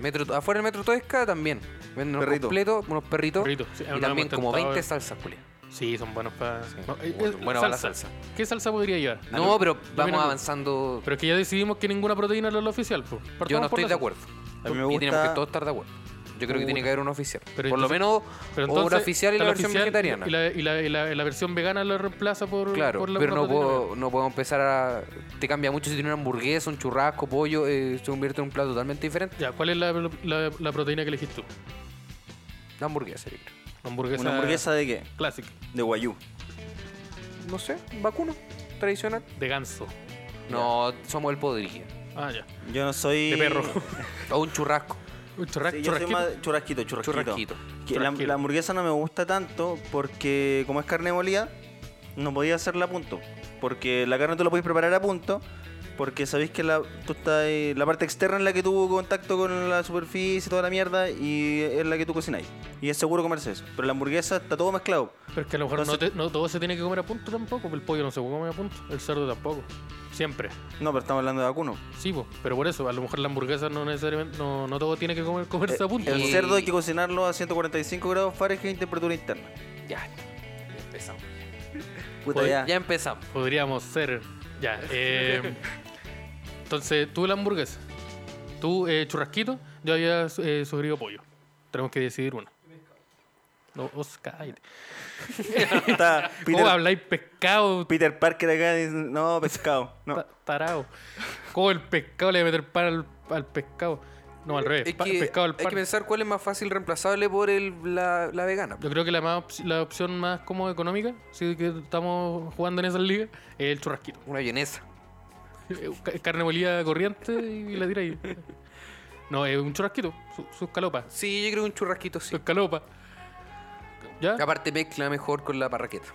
[SPEAKER 3] Metro, afuera del Metro Toesca también. Venden unos
[SPEAKER 4] Perrito.
[SPEAKER 3] completos, unos perritos.
[SPEAKER 2] Perrito, sí, no
[SPEAKER 3] y
[SPEAKER 2] lo
[SPEAKER 3] también
[SPEAKER 2] hemos
[SPEAKER 3] como
[SPEAKER 2] tentado,
[SPEAKER 3] 20
[SPEAKER 2] eh.
[SPEAKER 3] salsas, Julián.
[SPEAKER 2] Sí, son buenos para.
[SPEAKER 3] Bueno, buena para la salsa.
[SPEAKER 2] ¿Qué salsa podría llevar?
[SPEAKER 3] No, pero vamos
[SPEAKER 2] mira-
[SPEAKER 3] avanzando.
[SPEAKER 2] Pero es que ya decidimos que ninguna proteína es la oficial. po.
[SPEAKER 3] Yo
[SPEAKER 2] Partamos
[SPEAKER 3] no
[SPEAKER 2] por la
[SPEAKER 3] estoy de
[SPEAKER 2] salsa.
[SPEAKER 3] acuerdo.
[SPEAKER 4] A mí me
[SPEAKER 3] Y tenemos que
[SPEAKER 4] gusta.
[SPEAKER 3] todos estar de acuerdo. Yo creo que tiene que haber una oficial.
[SPEAKER 2] Pero
[SPEAKER 3] por lo
[SPEAKER 2] entonces-
[SPEAKER 3] menos,
[SPEAKER 2] Pero
[SPEAKER 3] o una
[SPEAKER 2] entonces,
[SPEAKER 3] oficial y
[SPEAKER 2] está
[SPEAKER 3] la versión
[SPEAKER 2] oficial
[SPEAKER 3] vegetariana.
[SPEAKER 2] Y la, y la- y la- la versión vegana la reemplaza por,
[SPEAKER 3] Claro,
[SPEAKER 2] por la
[SPEAKER 3] pero no
[SPEAKER 2] una proteína
[SPEAKER 3] puedo, no puedo empezar a... Te cambia mucho si tiene una hamburguesa, un churrasco, pollo, eh, se convierte en un plato totalmente diferente.
[SPEAKER 2] vegana. Ya, ¿cuál es la, la- la proteína que elegiste tú?
[SPEAKER 3] La hamburguesa, yo creo.
[SPEAKER 2] La hamburguesa,
[SPEAKER 4] ¿Una hamburguesa de qué?
[SPEAKER 2] clásica,
[SPEAKER 4] De guayú.
[SPEAKER 3] No sé, vacuno, tradicional.
[SPEAKER 2] de ganso.
[SPEAKER 3] No, somos el podrido.
[SPEAKER 2] Ah, ya.
[SPEAKER 4] Yo no soy.
[SPEAKER 2] De perro.
[SPEAKER 3] O un churrasco.
[SPEAKER 2] Un churra-
[SPEAKER 4] Sí, yo soy
[SPEAKER 2] churrasquito.
[SPEAKER 4] más churrasquito, churrasquito.
[SPEAKER 3] Churrasquito.
[SPEAKER 4] Que la,
[SPEAKER 2] Churrasquito.
[SPEAKER 4] la hamburguesa no me gusta tanto porque como es carne molida, no podía hacerla a punto. Porque la carne tú la podés preparar a punto. Porque sabéis que la, tú estás ahí- la parte externa es la que tuvo contacto con la superficie, toda la mierda, y es la que tú cocináis. Y es seguro comerse eso. Pero la hamburguesa está todo mezclado.
[SPEAKER 2] Pero es que a lo mejor no,
[SPEAKER 4] Entonces-
[SPEAKER 2] te- no todo se tiene que comer a punto tampoco. El pollo no se come a punto, el cerdo tampoco. Siempre.
[SPEAKER 4] No, pero estamos hablando de vacuno.
[SPEAKER 2] Sí, po, pero por eso, a lo mejor la hamburguesa no necesariamente, no, no todo tiene que comer, comerse a punto.
[SPEAKER 4] El
[SPEAKER 3] Y-
[SPEAKER 4] cerdo hay que cocinarlo a 145 grados Fahrenheit, temperatura interna.
[SPEAKER 3] Ya, ya empezamos.
[SPEAKER 4] Puta,
[SPEAKER 2] Oye,
[SPEAKER 4] ya.
[SPEAKER 3] Ya empezamos.
[SPEAKER 2] Podríamos ser. Ya. eh, entonces, tú la hamburguesa. Tú eh, churrasquito. Yo había eh, sugerido pollo. Tenemos que decidir una. No, Oscar. cállate.
[SPEAKER 4] Está
[SPEAKER 2] ¿Cómo
[SPEAKER 4] Peter,
[SPEAKER 2] habláis pescado?
[SPEAKER 4] Peter Parker acá dice, no, pescado. No.
[SPEAKER 2] ta- Tarado. ¿Cómo el pescado le va a meter pan al, al pescado? No, al revés.
[SPEAKER 3] Hay
[SPEAKER 2] pa-
[SPEAKER 3] que,
[SPEAKER 2] pescado al
[SPEAKER 3] hay
[SPEAKER 2] pan.
[SPEAKER 3] que pensar cuál es más fácil reemplazable por el, la, la vegana.
[SPEAKER 2] Yo creo que la, más, op- la opción más como económica, si que estamos jugando en esas ligas, es el churrasquito.
[SPEAKER 3] Una vienesa.
[SPEAKER 2] Eh, ca- Carne molida corriente y la tira ahí. No, es un churrasquito, su- sus calopas.
[SPEAKER 3] Sí, yo creo que un churrasquito sí.
[SPEAKER 2] Sus calopas. ¿Ya?
[SPEAKER 3] Aparte mezcla mejor con la parraqueta.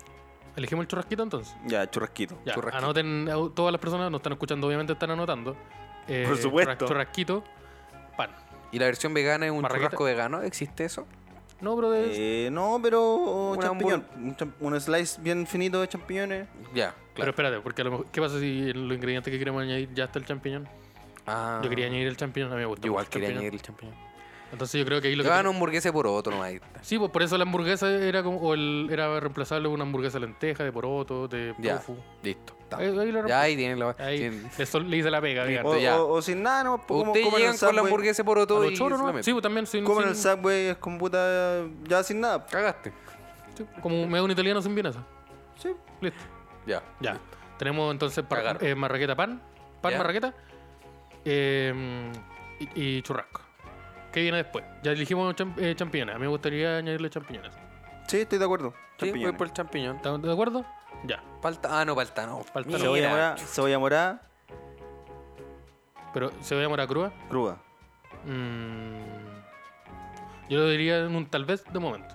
[SPEAKER 2] Elegimos el churrasquito entonces.
[SPEAKER 4] Ya, churrasquito.
[SPEAKER 2] Ya,
[SPEAKER 3] Churrasquito.
[SPEAKER 2] Anoten, au- todas las personas nos están escuchando, obviamente están anotando. Eh,
[SPEAKER 4] Por supuesto.
[SPEAKER 2] churras- Churrasquito, pan.
[SPEAKER 3] ¿Y la versión vegana es un
[SPEAKER 2] Parraqueta.
[SPEAKER 3] churrasco vegano? ¿Existe eso?
[SPEAKER 2] No, pero de-
[SPEAKER 4] Eh, no, pero
[SPEAKER 3] Una
[SPEAKER 4] champiñón. Un, champ- un slice bien finito de champiñones.
[SPEAKER 3] Ya,
[SPEAKER 2] Pero
[SPEAKER 3] claro.
[SPEAKER 2] espérate, porque a lo mejor, ¿qué pasa si en los ingredientes que queremos añadir ya está el champiñón?
[SPEAKER 3] Ah,
[SPEAKER 2] Yo quería añadir el champiñón, a mí me gusta.
[SPEAKER 3] yo igual
[SPEAKER 2] mucho el
[SPEAKER 3] quería
[SPEAKER 2] champiñón.
[SPEAKER 3] añadir el champiñón.
[SPEAKER 2] Entonces yo creo que ahí lo
[SPEAKER 3] Yo
[SPEAKER 2] que...
[SPEAKER 3] gano hamburguesa por otro nomás. ahí está.
[SPEAKER 2] Sí, pues por eso la hamburguesa era como, o el, era reemplazable por una hamburguesa de lenteja, de poroto, de
[SPEAKER 3] Ya,
[SPEAKER 2] tofu.
[SPEAKER 3] listo. está.
[SPEAKER 2] Ahí- ahí lo
[SPEAKER 3] Ya ahí tienen la...
[SPEAKER 2] Ahí
[SPEAKER 3] tienen-
[SPEAKER 2] le, sol- le hice la pega,
[SPEAKER 4] O,
[SPEAKER 2] digamos.
[SPEAKER 3] ya.
[SPEAKER 4] o- o sin nada, no. Pues, Como,
[SPEAKER 3] Ustedes
[SPEAKER 4] comen el
[SPEAKER 3] llegan con la
[SPEAKER 4] Subway.
[SPEAKER 3] hamburguesa por
[SPEAKER 2] A
[SPEAKER 3] otro
[SPEAKER 2] los
[SPEAKER 3] y
[SPEAKER 2] choros,
[SPEAKER 3] se
[SPEAKER 2] ¿no?
[SPEAKER 3] la meten.
[SPEAKER 2] Sí, pues también sin,
[SPEAKER 4] Comen
[SPEAKER 2] sin-
[SPEAKER 4] el Subway, es como puta. Ya sin nada.
[SPEAKER 3] Cagaste.
[SPEAKER 2] sí, como me da un italiano sin vienesa.
[SPEAKER 4] Sí.
[SPEAKER 2] Listo.
[SPEAKER 3] Ya.
[SPEAKER 2] Ya. Tenemos entonces par-
[SPEAKER 3] Cagaron.
[SPEAKER 2] eh, marraqueta pan, pan
[SPEAKER 3] Ya.
[SPEAKER 2] marraqueta eh, y, y churrasco. ¿Qué viene después? Ya elegimos cham- eh, champiñones. A mí me gustaría añadirle champiñones.
[SPEAKER 4] Sí, estoy de acuerdo.
[SPEAKER 3] Sí, voy
[SPEAKER 4] Champiñones.
[SPEAKER 3] por el champiñón.
[SPEAKER 2] ¿Estamos de acuerdo? Ya.
[SPEAKER 3] Palta... Ah, no, palta no.
[SPEAKER 2] Palta no.
[SPEAKER 3] Mira.
[SPEAKER 4] Cebolla morada, cebolla morada,
[SPEAKER 2] Pero se ve mora crúa.
[SPEAKER 4] cruda.
[SPEAKER 2] Mm, yo lo diría en un tal vez de momento.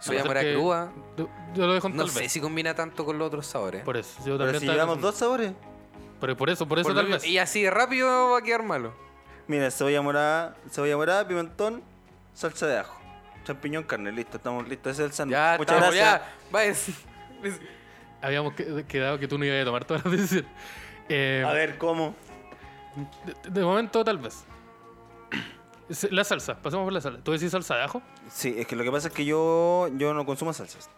[SPEAKER 2] A
[SPEAKER 3] Cebolla
[SPEAKER 2] no ser
[SPEAKER 3] morada
[SPEAKER 2] que-
[SPEAKER 3] cruda.
[SPEAKER 2] Yo, yo lo dejo en
[SPEAKER 3] No
[SPEAKER 2] tal
[SPEAKER 3] sé
[SPEAKER 2] vez.
[SPEAKER 3] si combina tanto con los otros sabores.
[SPEAKER 2] Por eso. Yo
[SPEAKER 4] Pero
[SPEAKER 2] también
[SPEAKER 4] si
[SPEAKER 2] estaba
[SPEAKER 4] llevamos
[SPEAKER 2] pensando-
[SPEAKER 4] dos sabores.
[SPEAKER 2] Pero por eso, por eso
[SPEAKER 3] Por lo
[SPEAKER 2] tal
[SPEAKER 3] menos-
[SPEAKER 2] vez.
[SPEAKER 3] Y así de rápido va a quedar malo.
[SPEAKER 4] Mira, cebolla morada, cebolla morada, pimentón, salsa de ajo. Champiñón, carne, listo, estamos listos. Ese es el sándwich.
[SPEAKER 3] Ya,
[SPEAKER 4] Muchas
[SPEAKER 3] estamos,
[SPEAKER 4] gracias.
[SPEAKER 3] ya. Vaya.
[SPEAKER 2] Habíamos que- quedado que tú no ibas a tomar todas las decisiones. Eh,
[SPEAKER 4] A ver, ¿cómo?
[SPEAKER 2] de- de momento, tal vez. Se- La salsa, pasemos por la salsa. ¿Tú decís salsa de ajo?
[SPEAKER 4] Sí, es que lo que pasa es que yo, yo no consumo salsas.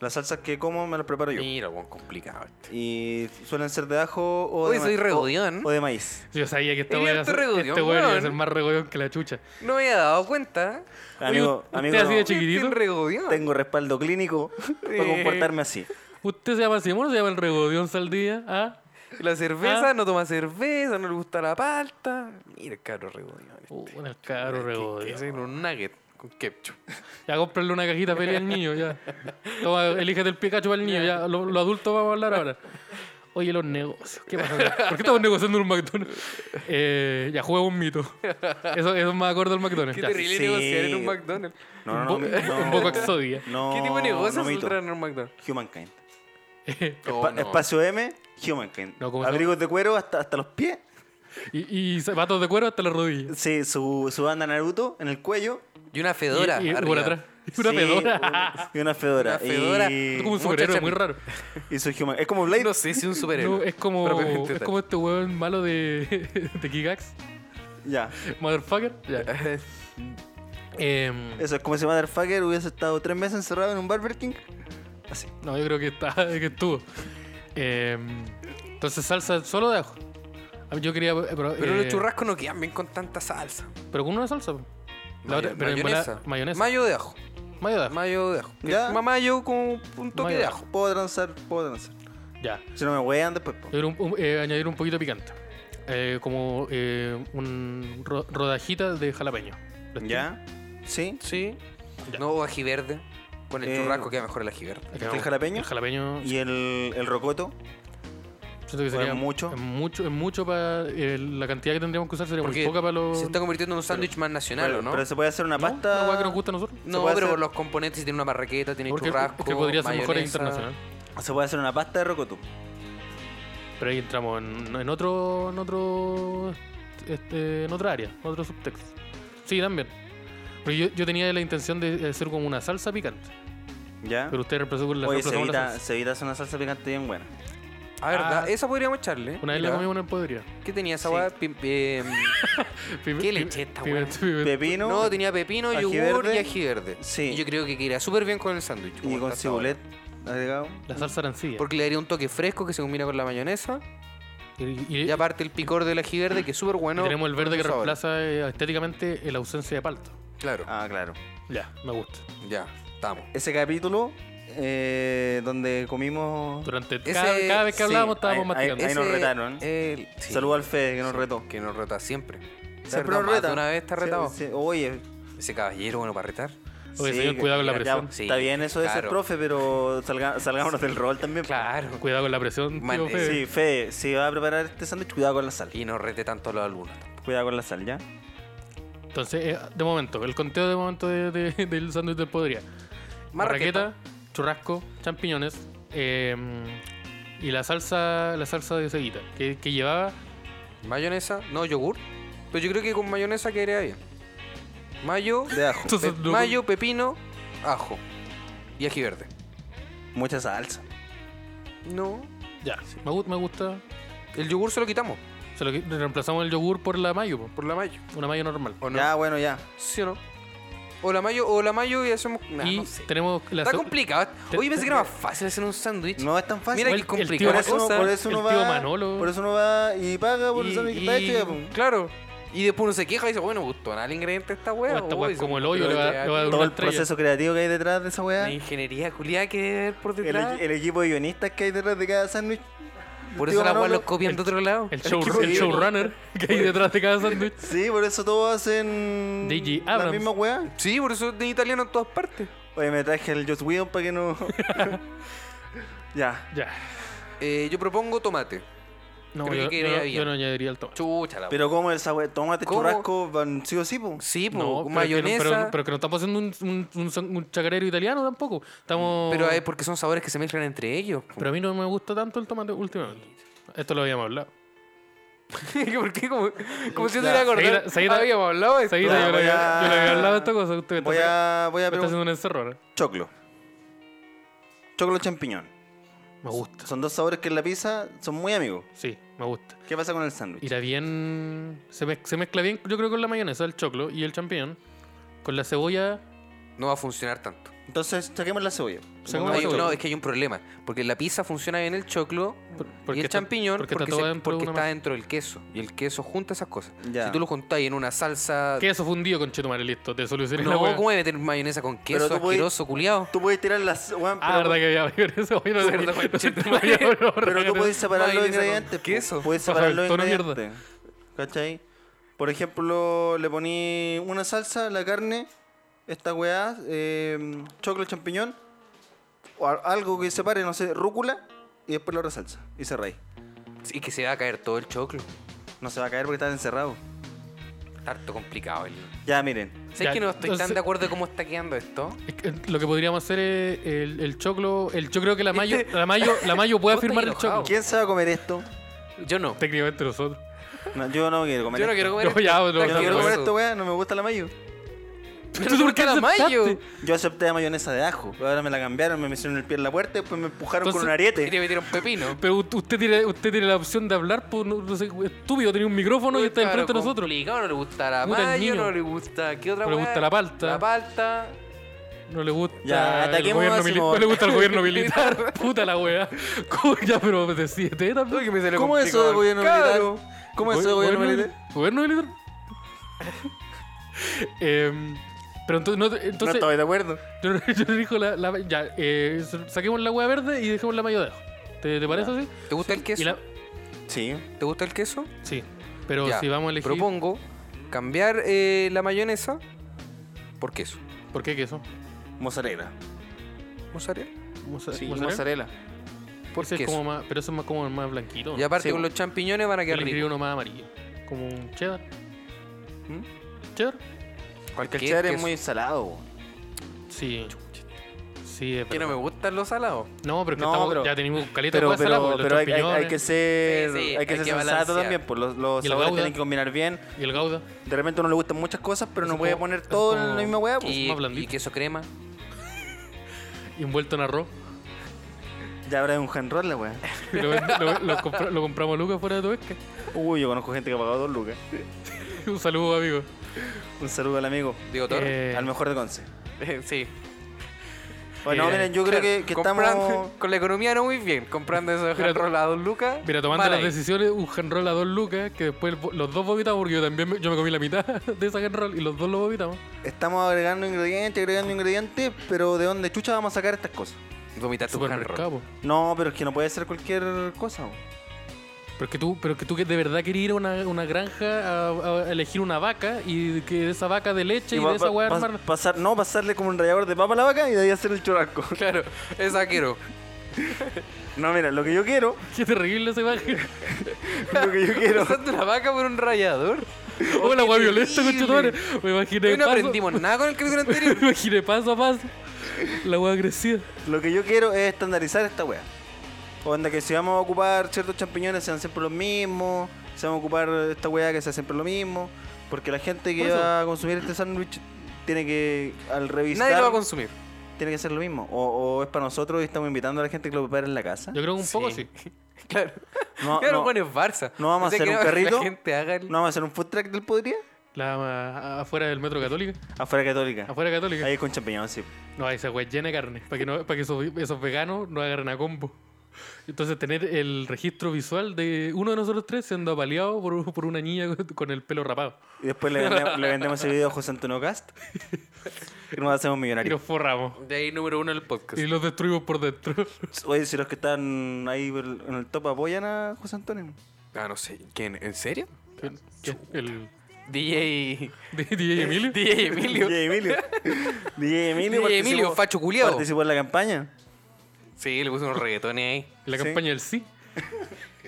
[SPEAKER 4] Las salsas que como me las preparo yo.
[SPEAKER 3] Mira, weón, complicado. este.
[SPEAKER 4] Y suelen ser de ajo o
[SPEAKER 3] Oye,
[SPEAKER 4] de
[SPEAKER 3] soy
[SPEAKER 4] ma-
[SPEAKER 3] regodión.
[SPEAKER 4] o- o de maíz.
[SPEAKER 2] Yo sabía que este
[SPEAKER 3] El
[SPEAKER 2] weón iba a
[SPEAKER 3] harto
[SPEAKER 2] ser-
[SPEAKER 3] regodeón,
[SPEAKER 2] este weón iba a ser
[SPEAKER 3] weón.
[SPEAKER 2] más regodeón que la chucha.
[SPEAKER 3] No me había dado cuenta.
[SPEAKER 4] Amigo,
[SPEAKER 2] usted
[SPEAKER 4] amigo
[SPEAKER 2] ha
[SPEAKER 4] no,
[SPEAKER 2] sido chico.
[SPEAKER 3] Chiquitito.
[SPEAKER 2] Chiquitito.
[SPEAKER 3] un regodión.
[SPEAKER 4] tengo respaldo clínico para
[SPEAKER 3] Eh.
[SPEAKER 4] comportarme así.
[SPEAKER 2] ¿Usted se llama Simón o se llama el regodeón saldía? ¿Ah?
[SPEAKER 3] La cerveza,
[SPEAKER 2] Ah.
[SPEAKER 3] no toma cerveza, no le gusta la palta. Mira, el cabro regodión.
[SPEAKER 2] Uh, bueno, el cabro
[SPEAKER 3] Que
[SPEAKER 2] regodeón.
[SPEAKER 3] hacen un nugget con ketchup.
[SPEAKER 2] Ya cómprale una cajita feliz al niño, ya. Toma, elígete el Pikachu para el niño, ya. Lo- Los adultos vamos a hablar ahora. Oye, los negocios. ¿Qué pasa? acá? ¿Por qué estamos negociando en un McDonald's? Eh, ya juega un mito. Eso, eso es más acorde al McDonald's.
[SPEAKER 3] Qué
[SPEAKER 2] ya.
[SPEAKER 3] terrible
[SPEAKER 4] sí.
[SPEAKER 3] negociar en un McDonald's.
[SPEAKER 4] No, no, no.
[SPEAKER 2] Un po- un poco exodia.
[SPEAKER 4] No,
[SPEAKER 3] ¿Qué tipo de
[SPEAKER 4] no
[SPEAKER 3] negocios
[SPEAKER 4] me
[SPEAKER 3] se
[SPEAKER 4] hito.
[SPEAKER 3] entran en un McDonald's?
[SPEAKER 4] Humankind.
[SPEAKER 3] Oh,
[SPEAKER 4] Pa-
[SPEAKER 3] no.
[SPEAKER 4] Espacio M, Humankind.
[SPEAKER 2] No, ¿cómo se
[SPEAKER 4] Abrigos de cuero hasta, hasta los pies.
[SPEAKER 2] Y, y zapatos de cuero hasta las rodillas.
[SPEAKER 4] Sí, su, su banda Naruto en el cuello.
[SPEAKER 3] Y una
[SPEAKER 2] Y-
[SPEAKER 3] fedora.
[SPEAKER 2] y,
[SPEAKER 3] arriba.
[SPEAKER 2] por atrás. Y una pedora.
[SPEAKER 4] Sí, Y una fedora.
[SPEAKER 3] Una fedora.
[SPEAKER 4] Y,
[SPEAKER 2] Es como un
[SPEAKER 3] Mucha
[SPEAKER 2] superhéroe, muy
[SPEAKER 3] chapi-
[SPEAKER 2] raro.
[SPEAKER 4] y su Human. Es como Blade.
[SPEAKER 3] No sé si un superhéroe.
[SPEAKER 2] No, es como,
[SPEAKER 3] propiamente
[SPEAKER 2] es
[SPEAKER 3] tal.
[SPEAKER 2] como este hueón malo de, de Kigax.
[SPEAKER 4] Ya.
[SPEAKER 2] Motherfucker. Ya. Em,
[SPEAKER 4] Eso es como si Motherfucker hubiese estado tres meses encerrado en un Burger King. Así.
[SPEAKER 2] No, yo creo que está, que estuvo. Eh, entonces salsa solo de ajo. A mí Yo quería. eh, Pero,
[SPEAKER 3] Pero
[SPEAKER 2] eh,
[SPEAKER 3] los churrascos no quedan bien con tanta salsa.
[SPEAKER 2] Pero con una salsa. po. La otra-
[SPEAKER 3] Mayo-
[SPEAKER 2] pero en
[SPEAKER 3] mayonesa.
[SPEAKER 2] volada- mayonesa.
[SPEAKER 3] Mayo de ajo.
[SPEAKER 2] Mayo de ajo.
[SPEAKER 3] Mayo de ajo.
[SPEAKER 4] Ya.
[SPEAKER 3] Ma- Mayo con un toque
[SPEAKER 2] Mayo
[SPEAKER 3] de
[SPEAKER 2] de
[SPEAKER 3] ajo.
[SPEAKER 4] Puedo transar, puedo transar.
[SPEAKER 2] Ya.
[SPEAKER 4] Si no me huean después. po.
[SPEAKER 2] Yo quiero un- un- eh, añadir un poquito de picante. Eh, como eh, un ro- rodajita de jalapeño.
[SPEAKER 4] ¿Ya? ¿Sí?
[SPEAKER 3] Sí.
[SPEAKER 2] Ya.
[SPEAKER 3] No, ají verde. Con el
[SPEAKER 4] Eh,
[SPEAKER 3] churrasco queda mejor el ají verde.
[SPEAKER 2] Acá,
[SPEAKER 4] ¿El jalapeño?
[SPEAKER 2] El jalapeño.
[SPEAKER 4] ¿Y el, el rocoto?
[SPEAKER 2] siento que
[SPEAKER 4] ¿o es mucho?
[SPEAKER 2] Es mucho, es mucho para. la cantidad que tendríamos que usar sería muy
[SPEAKER 3] Porque
[SPEAKER 2] poca para los.
[SPEAKER 3] se está convirtiendo en un sándwich más nacional,
[SPEAKER 4] pero,
[SPEAKER 3] ¿o no?
[SPEAKER 4] pero se puede hacer una
[SPEAKER 2] ¿No?
[SPEAKER 4] pasta.
[SPEAKER 2] ¿Una hueá que nos gusta a nosotros?
[SPEAKER 3] no,
[SPEAKER 4] puede
[SPEAKER 3] pero
[SPEAKER 4] hacer-
[SPEAKER 3] por los componentes tiene una marraqueta, tiene
[SPEAKER 2] Porque
[SPEAKER 3] churrasco.
[SPEAKER 2] es que podría ser mejor
[SPEAKER 3] mayonesa.
[SPEAKER 2] internacional.
[SPEAKER 4] Se puede hacer una pasta de rocoto.
[SPEAKER 2] Pero ahí entramos en, en otro. en otro. Este, en otra área, en otro subtexto. Sí, también. Pero yo, yo tenía la intención de hacer como una salsa picante.
[SPEAKER 3] ¿Ah?
[SPEAKER 4] ¿Ya?
[SPEAKER 2] Pero usted reemplazó con la
[SPEAKER 4] Oye,
[SPEAKER 2] reemplazó con la
[SPEAKER 4] cevita,
[SPEAKER 2] salsa.
[SPEAKER 4] cevita es una salsa picante bien buena.
[SPEAKER 3] Ah, verdad.
[SPEAKER 2] Ah.
[SPEAKER 3] Esa podríamos echarle.
[SPEAKER 2] Una vez la
[SPEAKER 3] Mira,
[SPEAKER 2] comimos en el podría.
[SPEAKER 3] ¿Qué tenía esa
[SPEAKER 4] Sí.
[SPEAKER 3] hueá? Pim- em, Qué lecheta, weón.
[SPEAKER 4] Pepino
[SPEAKER 3] no, tenía pepino,
[SPEAKER 4] ají
[SPEAKER 3] yogur
[SPEAKER 4] verde.
[SPEAKER 3] y ají verde.
[SPEAKER 4] Sí.
[SPEAKER 3] Y yo creo que quedaría súper bien con el sándwich. como
[SPEAKER 4] y
[SPEAKER 3] está
[SPEAKER 4] con
[SPEAKER 3] hasta ahora.
[SPEAKER 4] cibulet agregado.
[SPEAKER 2] La salsa arancilla.
[SPEAKER 3] Porque le daría un toque fresco que se combina con la mayonesa.
[SPEAKER 2] Y, y-
[SPEAKER 3] Y aparte el picor del ají verde, que es súper
[SPEAKER 2] y
[SPEAKER 3] bueno.
[SPEAKER 2] tenemos el
[SPEAKER 3] con
[SPEAKER 2] verde que
[SPEAKER 3] otros sabores.
[SPEAKER 2] reemplaza eh, estéticamente la ausencia de palta.
[SPEAKER 3] Claro,
[SPEAKER 4] Ah, claro.
[SPEAKER 2] Ya, me gusta.
[SPEAKER 3] ya, estamos.
[SPEAKER 4] Ese capítulo eh, donde comimos.
[SPEAKER 2] Durante
[SPEAKER 3] Ese-
[SPEAKER 2] cada, cada vez que
[SPEAKER 3] sí,
[SPEAKER 2] hablábamos estábamos
[SPEAKER 4] ahí-
[SPEAKER 2] masticando.
[SPEAKER 4] ahí- nos retaron.
[SPEAKER 3] el- sí,
[SPEAKER 4] Saludo al Fede que nos
[SPEAKER 3] sí,
[SPEAKER 4] retó.
[SPEAKER 3] Que nos reta siempre.
[SPEAKER 4] Siempre
[SPEAKER 3] Perdón,
[SPEAKER 4] nos
[SPEAKER 3] más de
[SPEAKER 4] reta.
[SPEAKER 3] Una vez está retado.
[SPEAKER 4] Sí, sí, Oye.
[SPEAKER 3] Ese caballero bueno para retar.
[SPEAKER 2] Oye, señor, cuidado con la
[SPEAKER 4] ya- ya,
[SPEAKER 2] presión.
[SPEAKER 3] Sí,
[SPEAKER 4] está bien eso de ser
[SPEAKER 3] claro.
[SPEAKER 4] profe, pero salga- salgámonos del rol también. po.
[SPEAKER 3] Claro.
[SPEAKER 2] Cuidado con la presión,
[SPEAKER 3] Man,
[SPEAKER 2] tío
[SPEAKER 3] eh,
[SPEAKER 2] Fede.
[SPEAKER 4] Sí, Fede, si vas a preparar este sándwich, cuidado con la sal.
[SPEAKER 3] Y no rete tanto a los alumnos.
[SPEAKER 4] Cuidado con la sal, ¿ya?
[SPEAKER 2] Entonces, eh, de momento, el conteo de momento de- de- del sándwich del podría. Marraqueta, churrasco, champiñones eh, y la salsa la salsa de ceguita que, que llevaba
[SPEAKER 3] Mayonesa, no, yogur. Pero yo creo que con mayonesa quedaría bien. Mayo,
[SPEAKER 4] De ajo.
[SPEAKER 2] Entonces,
[SPEAKER 3] pe-
[SPEAKER 2] no-
[SPEAKER 3] mayo, pepino, ajo. Y ají verde.
[SPEAKER 4] Mucha salsa.
[SPEAKER 3] No.
[SPEAKER 2] ya me, gu- me gusta
[SPEAKER 3] El yogur se lo quitamos
[SPEAKER 2] se lo, qui- reemplazamos el yogur por la mayo po,
[SPEAKER 3] por la mayo.
[SPEAKER 2] una mayo normal
[SPEAKER 3] ¿O no?
[SPEAKER 4] Ya, bueno, ya.
[SPEAKER 3] ¿Sí o no? O la mayo, o la mayo y hacemos. Nah,
[SPEAKER 2] y
[SPEAKER 3] no sé.
[SPEAKER 2] tenemos la
[SPEAKER 3] Está
[SPEAKER 2] so-
[SPEAKER 3] complicado.
[SPEAKER 2] te-
[SPEAKER 3] Oye, pensé que era más fácil hacer un sándwich.
[SPEAKER 4] No es tan fácil.
[SPEAKER 3] Mira
[SPEAKER 2] el-
[SPEAKER 3] que
[SPEAKER 2] el
[SPEAKER 3] complicado.
[SPEAKER 2] tío-
[SPEAKER 4] por eso, uno,
[SPEAKER 3] cosa.
[SPEAKER 4] por eso uno
[SPEAKER 2] el
[SPEAKER 4] va.
[SPEAKER 2] tío Manolo.
[SPEAKER 4] Por eso uno va y paga por el sándwich que está
[SPEAKER 3] Y-
[SPEAKER 4] hecho. ya, po.
[SPEAKER 3] y- claro. este, Y después uno se queja y dice, bueno, me gustó nada el ingrediente de esta
[SPEAKER 2] o
[SPEAKER 3] wea.
[SPEAKER 2] esta guay
[SPEAKER 3] uy,
[SPEAKER 2] como
[SPEAKER 3] se
[SPEAKER 2] el
[SPEAKER 3] me
[SPEAKER 2] hoyo le
[SPEAKER 3] quedó
[SPEAKER 2] va,
[SPEAKER 3] el
[SPEAKER 2] le va a dar
[SPEAKER 4] Todo
[SPEAKER 2] una
[SPEAKER 4] el
[SPEAKER 2] estrella
[SPEAKER 4] proceso creativo que hay detrás de esa weá.
[SPEAKER 3] La ingeniería culiada que debe haber por
[SPEAKER 4] El,
[SPEAKER 3] detrás.
[SPEAKER 4] el equipo de guionistas que hay detrás de cada sándwich.
[SPEAKER 3] por
[SPEAKER 4] tío
[SPEAKER 3] eso la wea
[SPEAKER 4] Manolo-
[SPEAKER 3] lo copian de otro lado.
[SPEAKER 2] el, show,
[SPEAKER 4] equipo
[SPEAKER 2] el
[SPEAKER 4] de-
[SPEAKER 2] showrunner que hay detrás de cada sándwich
[SPEAKER 4] Sí, por eso todos hacen
[SPEAKER 2] DJ
[SPEAKER 4] la
[SPEAKER 2] Abrams.
[SPEAKER 4] misma weá.
[SPEAKER 3] Sí, por eso es de italiano en todas partes.
[SPEAKER 4] Oye, me traje el Just Whedon para que no. ya.
[SPEAKER 2] ya
[SPEAKER 3] Eh, yo propongo tomate.
[SPEAKER 2] no,
[SPEAKER 3] Creo
[SPEAKER 2] yo,
[SPEAKER 3] que
[SPEAKER 2] yo no-
[SPEAKER 3] quedaría bien.
[SPEAKER 2] yo no añadiría el tomate
[SPEAKER 3] Chucha la wea.
[SPEAKER 4] Pero como esa weá, tomate
[SPEAKER 3] ¿Cómo?
[SPEAKER 4] churrasco, van sí o sí, po.
[SPEAKER 3] Sí, pues,
[SPEAKER 2] no, pero, que no-
[SPEAKER 3] mayonesa.
[SPEAKER 2] pero,
[SPEAKER 3] pero,
[SPEAKER 2] pero que no estamos haciendo un, un, un san- un chacarero italiano tampoco. Estamos...
[SPEAKER 3] es porque son sabores que se mezclan entre ellos. po.
[SPEAKER 2] Pero a mí no me gusta tanto el tomate últimamente. Esto lo habíamos hablado.
[SPEAKER 3] ¿Por qué? Como, como si yo
[SPEAKER 4] Ya,
[SPEAKER 3] te acordar.
[SPEAKER 2] Seguida-
[SPEAKER 3] Ah,
[SPEAKER 2] seguida-
[SPEAKER 3] Habíamos hablado de esto.
[SPEAKER 2] Seguida,
[SPEAKER 4] Ya,
[SPEAKER 2] yo, le
[SPEAKER 4] voy
[SPEAKER 2] había-
[SPEAKER 4] a-
[SPEAKER 2] yo le había hablado de esta cosa. Usted me
[SPEAKER 4] Voy
[SPEAKER 2] está,
[SPEAKER 4] a, voy
[SPEAKER 2] me
[SPEAKER 4] a
[SPEAKER 2] está
[SPEAKER 4] preguntar.
[SPEAKER 2] haciendo un encerro ahora.
[SPEAKER 4] Choclo. Choclo champiñón.
[SPEAKER 2] Me gusta.
[SPEAKER 4] Son dos sabores que en la pizza son muy amigos.
[SPEAKER 2] Sí. me gusta.
[SPEAKER 4] ¿Qué pasa con el sándwich?
[SPEAKER 2] Irá bien. Se, mez- se mezcla bien, yo creo, con la mayonesa, el choclo y el champiñón. Con la cebolla.
[SPEAKER 3] No va a funcionar tanto.
[SPEAKER 4] Entonces, saquemos la cebolla.
[SPEAKER 2] Saquemos
[SPEAKER 3] No,
[SPEAKER 2] la
[SPEAKER 3] hay-
[SPEAKER 2] cebolla.
[SPEAKER 3] no, es que hay un problema. Porque la pizza funciona bien el choclo
[SPEAKER 2] Por-
[SPEAKER 3] y
[SPEAKER 2] porque
[SPEAKER 3] el
[SPEAKER 2] está-
[SPEAKER 3] champiñón
[SPEAKER 2] porque está
[SPEAKER 3] se-
[SPEAKER 2] todo dentro de
[SPEAKER 3] porque
[SPEAKER 2] una
[SPEAKER 3] está
[SPEAKER 2] masa.
[SPEAKER 3] dentro del queso. Y el queso junta esas cosas.
[SPEAKER 4] Ya.
[SPEAKER 3] Si tú lo juntás en una salsa...
[SPEAKER 2] Queso fundido con chetumare, listo. Te solucioné la
[SPEAKER 3] No,
[SPEAKER 2] hueá.
[SPEAKER 3] ¿cómo voy a meter mayonesa con queso
[SPEAKER 4] tú podés-
[SPEAKER 3] asqueroso, culiado?
[SPEAKER 4] Tú puedes tirar las. weón,
[SPEAKER 2] Ah, verdad que había por eso. Hoy no sé.
[SPEAKER 3] Verdad,
[SPEAKER 2] no sé-
[SPEAKER 3] conchetumare.
[SPEAKER 2] no, no,
[SPEAKER 4] Pero
[SPEAKER 2] no,
[SPEAKER 4] tú puedes separar los
[SPEAKER 3] Mayonesa con
[SPEAKER 4] ingredientes. po.
[SPEAKER 3] queso.
[SPEAKER 4] Puedes
[SPEAKER 2] Baja
[SPEAKER 4] separar
[SPEAKER 2] el
[SPEAKER 4] los
[SPEAKER 2] tono de mierda.
[SPEAKER 4] ingredientes. ¿Cachai? Por ejemplo, le poní una salsa, la carne, esta weá, eh, choclo, champiñón, o a- algo que separe, no sé, rúcula, y después la otra salsa. Y cerráis.
[SPEAKER 3] Y que se va a caer todo el choclo.
[SPEAKER 4] No se va a caer porque está encerrado.
[SPEAKER 3] Harto complicado. El...
[SPEAKER 4] Ya, miren.
[SPEAKER 2] Ya,
[SPEAKER 3] ¿Sabes que no estoy tan
[SPEAKER 2] entonces-
[SPEAKER 3] de acuerdo de cómo está quedando esto?
[SPEAKER 2] Es que Lo que podríamos hacer es el, el choclo. El, yo creo que la mayo,
[SPEAKER 3] Este-
[SPEAKER 2] la mayo, la mayo puede
[SPEAKER 3] Vos estás
[SPEAKER 2] firmar el choclo.
[SPEAKER 3] enojado.
[SPEAKER 4] ¿Quién se va a comer esto?
[SPEAKER 3] Yo no.
[SPEAKER 2] Técnicamente nosotros.
[SPEAKER 4] No, yo no quiero comer
[SPEAKER 3] Yo no
[SPEAKER 4] esto.
[SPEAKER 3] quiero comer
[SPEAKER 2] No, ya, no,
[SPEAKER 4] Yo no
[SPEAKER 2] no,
[SPEAKER 4] quiero
[SPEAKER 2] no,
[SPEAKER 4] comer
[SPEAKER 2] eso.
[SPEAKER 4] esto, weá, no me gusta la mayo.
[SPEAKER 2] ¿Tú por qué
[SPEAKER 3] la mayo?
[SPEAKER 2] aceptaste?
[SPEAKER 4] Yo acepté la mayonesa de ajo, pero ahora me la cambiaron, me metieron el pie en la puerta y después me empujaron con
[SPEAKER 2] Entonces,
[SPEAKER 4] un
[SPEAKER 3] Quería
[SPEAKER 4] ariete.
[SPEAKER 3] meter un pepino.
[SPEAKER 2] Pero ut- usted tiene, usted tiene la opción de hablar, pues, no, no sé, estúpido, tiene un micrófono y está
[SPEAKER 3] Claro, pues.
[SPEAKER 2] enfrente de nosotros.
[SPEAKER 3] complicado, no le gusta la
[SPEAKER 2] Puta, el
[SPEAKER 3] mayo,
[SPEAKER 2] niño.
[SPEAKER 3] no le gusta... ¿Qué otra
[SPEAKER 2] No le
[SPEAKER 3] weá?
[SPEAKER 2] gusta la palta.
[SPEAKER 3] La palta.
[SPEAKER 2] No le gusta
[SPEAKER 4] Ya,
[SPEAKER 2] el
[SPEAKER 4] ataquemos
[SPEAKER 2] gobierno
[SPEAKER 4] a
[SPEAKER 2] militar.
[SPEAKER 4] Simón.
[SPEAKER 2] No le gusta el gobierno militar. Puta la wea. ¿Cómo? Ya, pero decídete también.
[SPEAKER 4] ¿Cómo es eso de gobierno
[SPEAKER 3] Claro.
[SPEAKER 4] militar? ¿Cómo es eso de gobierno militar?
[SPEAKER 2] ¿Gobierno militar? Em, pero entonces, no, te-
[SPEAKER 4] No
[SPEAKER 2] entonces
[SPEAKER 4] estoy de acuerdo.
[SPEAKER 2] yo, yo elijo la, la- ya, eh, saquemos la hueá verde y dejemos la mayo de ajo. ¿Te, te parece así?
[SPEAKER 3] ¿Te gusta el queso?
[SPEAKER 2] Y la-
[SPEAKER 4] Sí.
[SPEAKER 3] ¿Te gusta el queso?
[SPEAKER 2] sí, pero
[SPEAKER 3] Ya.
[SPEAKER 2] si vamos a elegir...
[SPEAKER 3] Propongo cambiar eh, la mayonesa por queso.
[SPEAKER 2] ¿Por qué queso?
[SPEAKER 4] Mozzarella.
[SPEAKER 3] Mozzarella.
[SPEAKER 2] Moza-
[SPEAKER 4] Sí,
[SPEAKER 2] mozzarella.
[SPEAKER 4] mozzarella.
[SPEAKER 3] Por
[SPEAKER 2] Ese es
[SPEAKER 3] queso.
[SPEAKER 2] como más- pero eso es más como más blanquito. ¿no?
[SPEAKER 3] Y aparte
[SPEAKER 4] Sí,
[SPEAKER 3] con
[SPEAKER 4] bueno.
[SPEAKER 3] los champiñones van a
[SPEAKER 2] Yo
[SPEAKER 3] quedar
[SPEAKER 2] elegiría
[SPEAKER 3] ricos.
[SPEAKER 2] uno más amarillo. Como un cheddar.
[SPEAKER 3] ¿Mm?
[SPEAKER 2] ¿Cheddar?
[SPEAKER 4] Porque el
[SPEAKER 3] ¿Qué
[SPEAKER 4] cheddar es
[SPEAKER 3] queso?
[SPEAKER 4] muy salado. bo.
[SPEAKER 2] Sí. Sí, es
[SPEAKER 3] Que no me
[SPEAKER 2] verdad.
[SPEAKER 3] gustan los salados.
[SPEAKER 2] No, pero es que
[SPEAKER 4] No,
[SPEAKER 2] estamos-
[SPEAKER 4] pero-
[SPEAKER 2] ya tenemos caleta
[SPEAKER 4] Pero,
[SPEAKER 2] de guasala,
[SPEAKER 4] pero,
[SPEAKER 2] pues, los
[SPEAKER 4] pero hay, hay-
[SPEAKER 2] champiñones
[SPEAKER 4] hay que ser,
[SPEAKER 3] Sí, sí,
[SPEAKER 4] hay que
[SPEAKER 3] hay
[SPEAKER 4] ser
[SPEAKER 3] que
[SPEAKER 4] sensato
[SPEAKER 3] balancear.
[SPEAKER 4] también. Pues los, los
[SPEAKER 2] ¿Y la
[SPEAKER 4] sabores
[SPEAKER 2] gauda?
[SPEAKER 4] tienen que combinar bien.
[SPEAKER 2] y el gauda.
[SPEAKER 4] De repente a uno le gustan muchas cosas, pero
[SPEAKER 2] Eso
[SPEAKER 4] no puede
[SPEAKER 2] como-
[SPEAKER 4] poner
[SPEAKER 2] eso
[SPEAKER 4] todo en
[SPEAKER 2] como-
[SPEAKER 4] la misma hueá. pues.
[SPEAKER 3] Y,
[SPEAKER 2] más blandito.
[SPEAKER 3] y queso crema.
[SPEAKER 2] Y envuelto en arroz.
[SPEAKER 4] Ya habrá un hand roll la hueá.
[SPEAKER 2] Lo, lo- lo compra- lo compramos a Lucas fuera de tu esca.
[SPEAKER 4] Uy, yo conozco gente que ha pagado dos lucas.
[SPEAKER 2] Un saludo, amigo.
[SPEAKER 4] Un saludo al amigo.
[SPEAKER 3] Digo todo.
[SPEAKER 2] Eh,
[SPEAKER 4] Al mejor de Conce.
[SPEAKER 3] sí.
[SPEAKER 4] Bueno,
[SPEAKER 2] eh,
[SPEAKER 4] miren, yo creo que, que estamos.
[SPEAKER 3] Con la economía no muy bien. Comprando esos
[SPEAKER 2] Mira,
[SPEAKER 3] jarros a Don Lucas.
[SPEAKER 2] Mira, tomando
[SPEAKER 3] mal
[SPEAKER 2] las
[SPEAKER 3] ahí.
[SPEAKER 2] decisiones, un handroll a dos lucas, que después el vo- los dos vomitamos, porque yo también me, yo me comí la mitad de esa handroll y los dos lo vomitamos.
[SPEAKER 4] Estamos agregando ingredientes, agregando ingredientes, pero ¿de dónde chucha vamos a sacar estas cosas?
[SPEAKER 3] Vomitar tu jarro.
[SPEAKER 2] Supermercado. po.
[SPEAKER 4] No, pero es que no puede ser cualquier cosa. bo.
[SPEAKER 2] Pero es que tú, pero es que tú que de verdad querías ir a una, una granja a, a elegir una vaca y que de esa vaca de leche y,
[SPEAKER 4] va-
[SPEAKER 2] de esa
[SPEAKER 4] va-
[SPEAKER 2] weá
[SPEAKER 4] pas-
[SPEAKER 2] armar.
[SPEAKER 4] pasar, no, pasarle como un rallador de papa a la vaca y de ahí hacer el churrasco.
[SPEAKER 3] Claro, esa quiero.
[SPEAKER 4] No, mira, lo que yo quiero,
[SPEAKER 2] Qué terrible esa imagen.
[SPEAKER 4] lo que yo quiero.
[SPEAKER 3] Pasando una vaca por un rallador.
[SPEAKER 2] Oh, la weá
[SPEAKER 3] qué
[SPEAKER 2] violenta,
[SPEAKER 3] terrible.
[SPEAKER 2] conchetumare. Me imaginé
[SPEAKER 3] Hoy no
[SPEAKER 2] paso.
[SPEAKER 3] aprendimos nada con el capítulo
[SPEAKER 2] Me
[SPEAKER 3] anterior.
[SPEAKER 2] imaginé paso a paso. La weá agresiva.
[SPEAKER 4] Lo que yo quiero es estandarizar esta wea. Onda que si vamos a ocupar ciertos champiñones sean siempre los mismos, si vamos a ocupar esta wea que sea siempre lo mismo, porque la gente que
[SPEAKER 2] Por eso.
[SPEAKER 4] va a consumir este sándwich tiene que, al revisar,
[SPEAKER 3] Nadie lo va a consumir.
[SPEAKER 4] tiene que ser lo mismo. O, o es para nosotros y estamos invitando a la gente que lo prepare en la casa.
[SPEAKER 2] Yo creo que un poco sí.
[SPEAKER 3] Claro.
[SPEAKER 4] No,
[SPEAKER 3] claro,
[SPEAKER 4] no.
[SPEAKER 3] bueno, es Barça.
[SPEAKER 4] No vamos a
[SPEAKER 3] Pensé
[SPEAKER 4] hacer
[SPEAKER 3] que era
[SPEAKER 4] un
[SPEAKER 3] para que
[SPEAKER 4] carrito.
[SPEAKER 3] La gente haga el...
[SPEAKER 4] ¿No vamos a hacer un food track del podría?
[SPEAKER 2] La, a- afuera del metro católica.
[SPEAKER 4] Afuera católica.
[SPEAKER 2] Afuera católica.
[SPEAKER 4] Ahí es con champiñones, sí.
[SPEAKER 2] No, esa weá es llena de carne. Para que, no, para que esos, esos veganos no agarren a combo. Entonces, tener el registro visual de uno de nosotros tres siendo apaleado por, por una niña con- con el pelo rapado.
[SPEAKER 4] Y después le vendemos, le vendemos ese video a José Antonio Cast. Y nos hacemos
[SPEAKER 2] Y
[SPEAKER 4] millonarios.
[SPEAKER 2] los forramos.
[SPEAKER 3] De ahí número uno del podcast.
[SPEAKER 2] Y los destruimos por dentro.
[SPEAKER 4] Oye, si los que están ahí por el- en el top apoyan a José Antonio.
[SPEAKER 3] Ah, no sé. ¿Quién? ¿En serio?
[SPEAKER 2] ¿Quién? El
[SPEAKER 3] DJ...
[SPEAKER 2] DJ Emilio.
[SPEAKER 3] DJ Emilio.
[SPEAKER 4] DJ Emilio. DJ Emilio.
[SPEAKER 3] DJ
[SPEAKER 4] participó-
[SPEAKER 3] Emilio, facho culiao.
[SPEAKER 4] Participó en la campaña.
[SPEAKER 3] Sí, le puse unos reggaetones ahí.
[SPEAKER 2] La
[SPEAKER 4] Sí.
[SPEAKER 2] campaña del sí.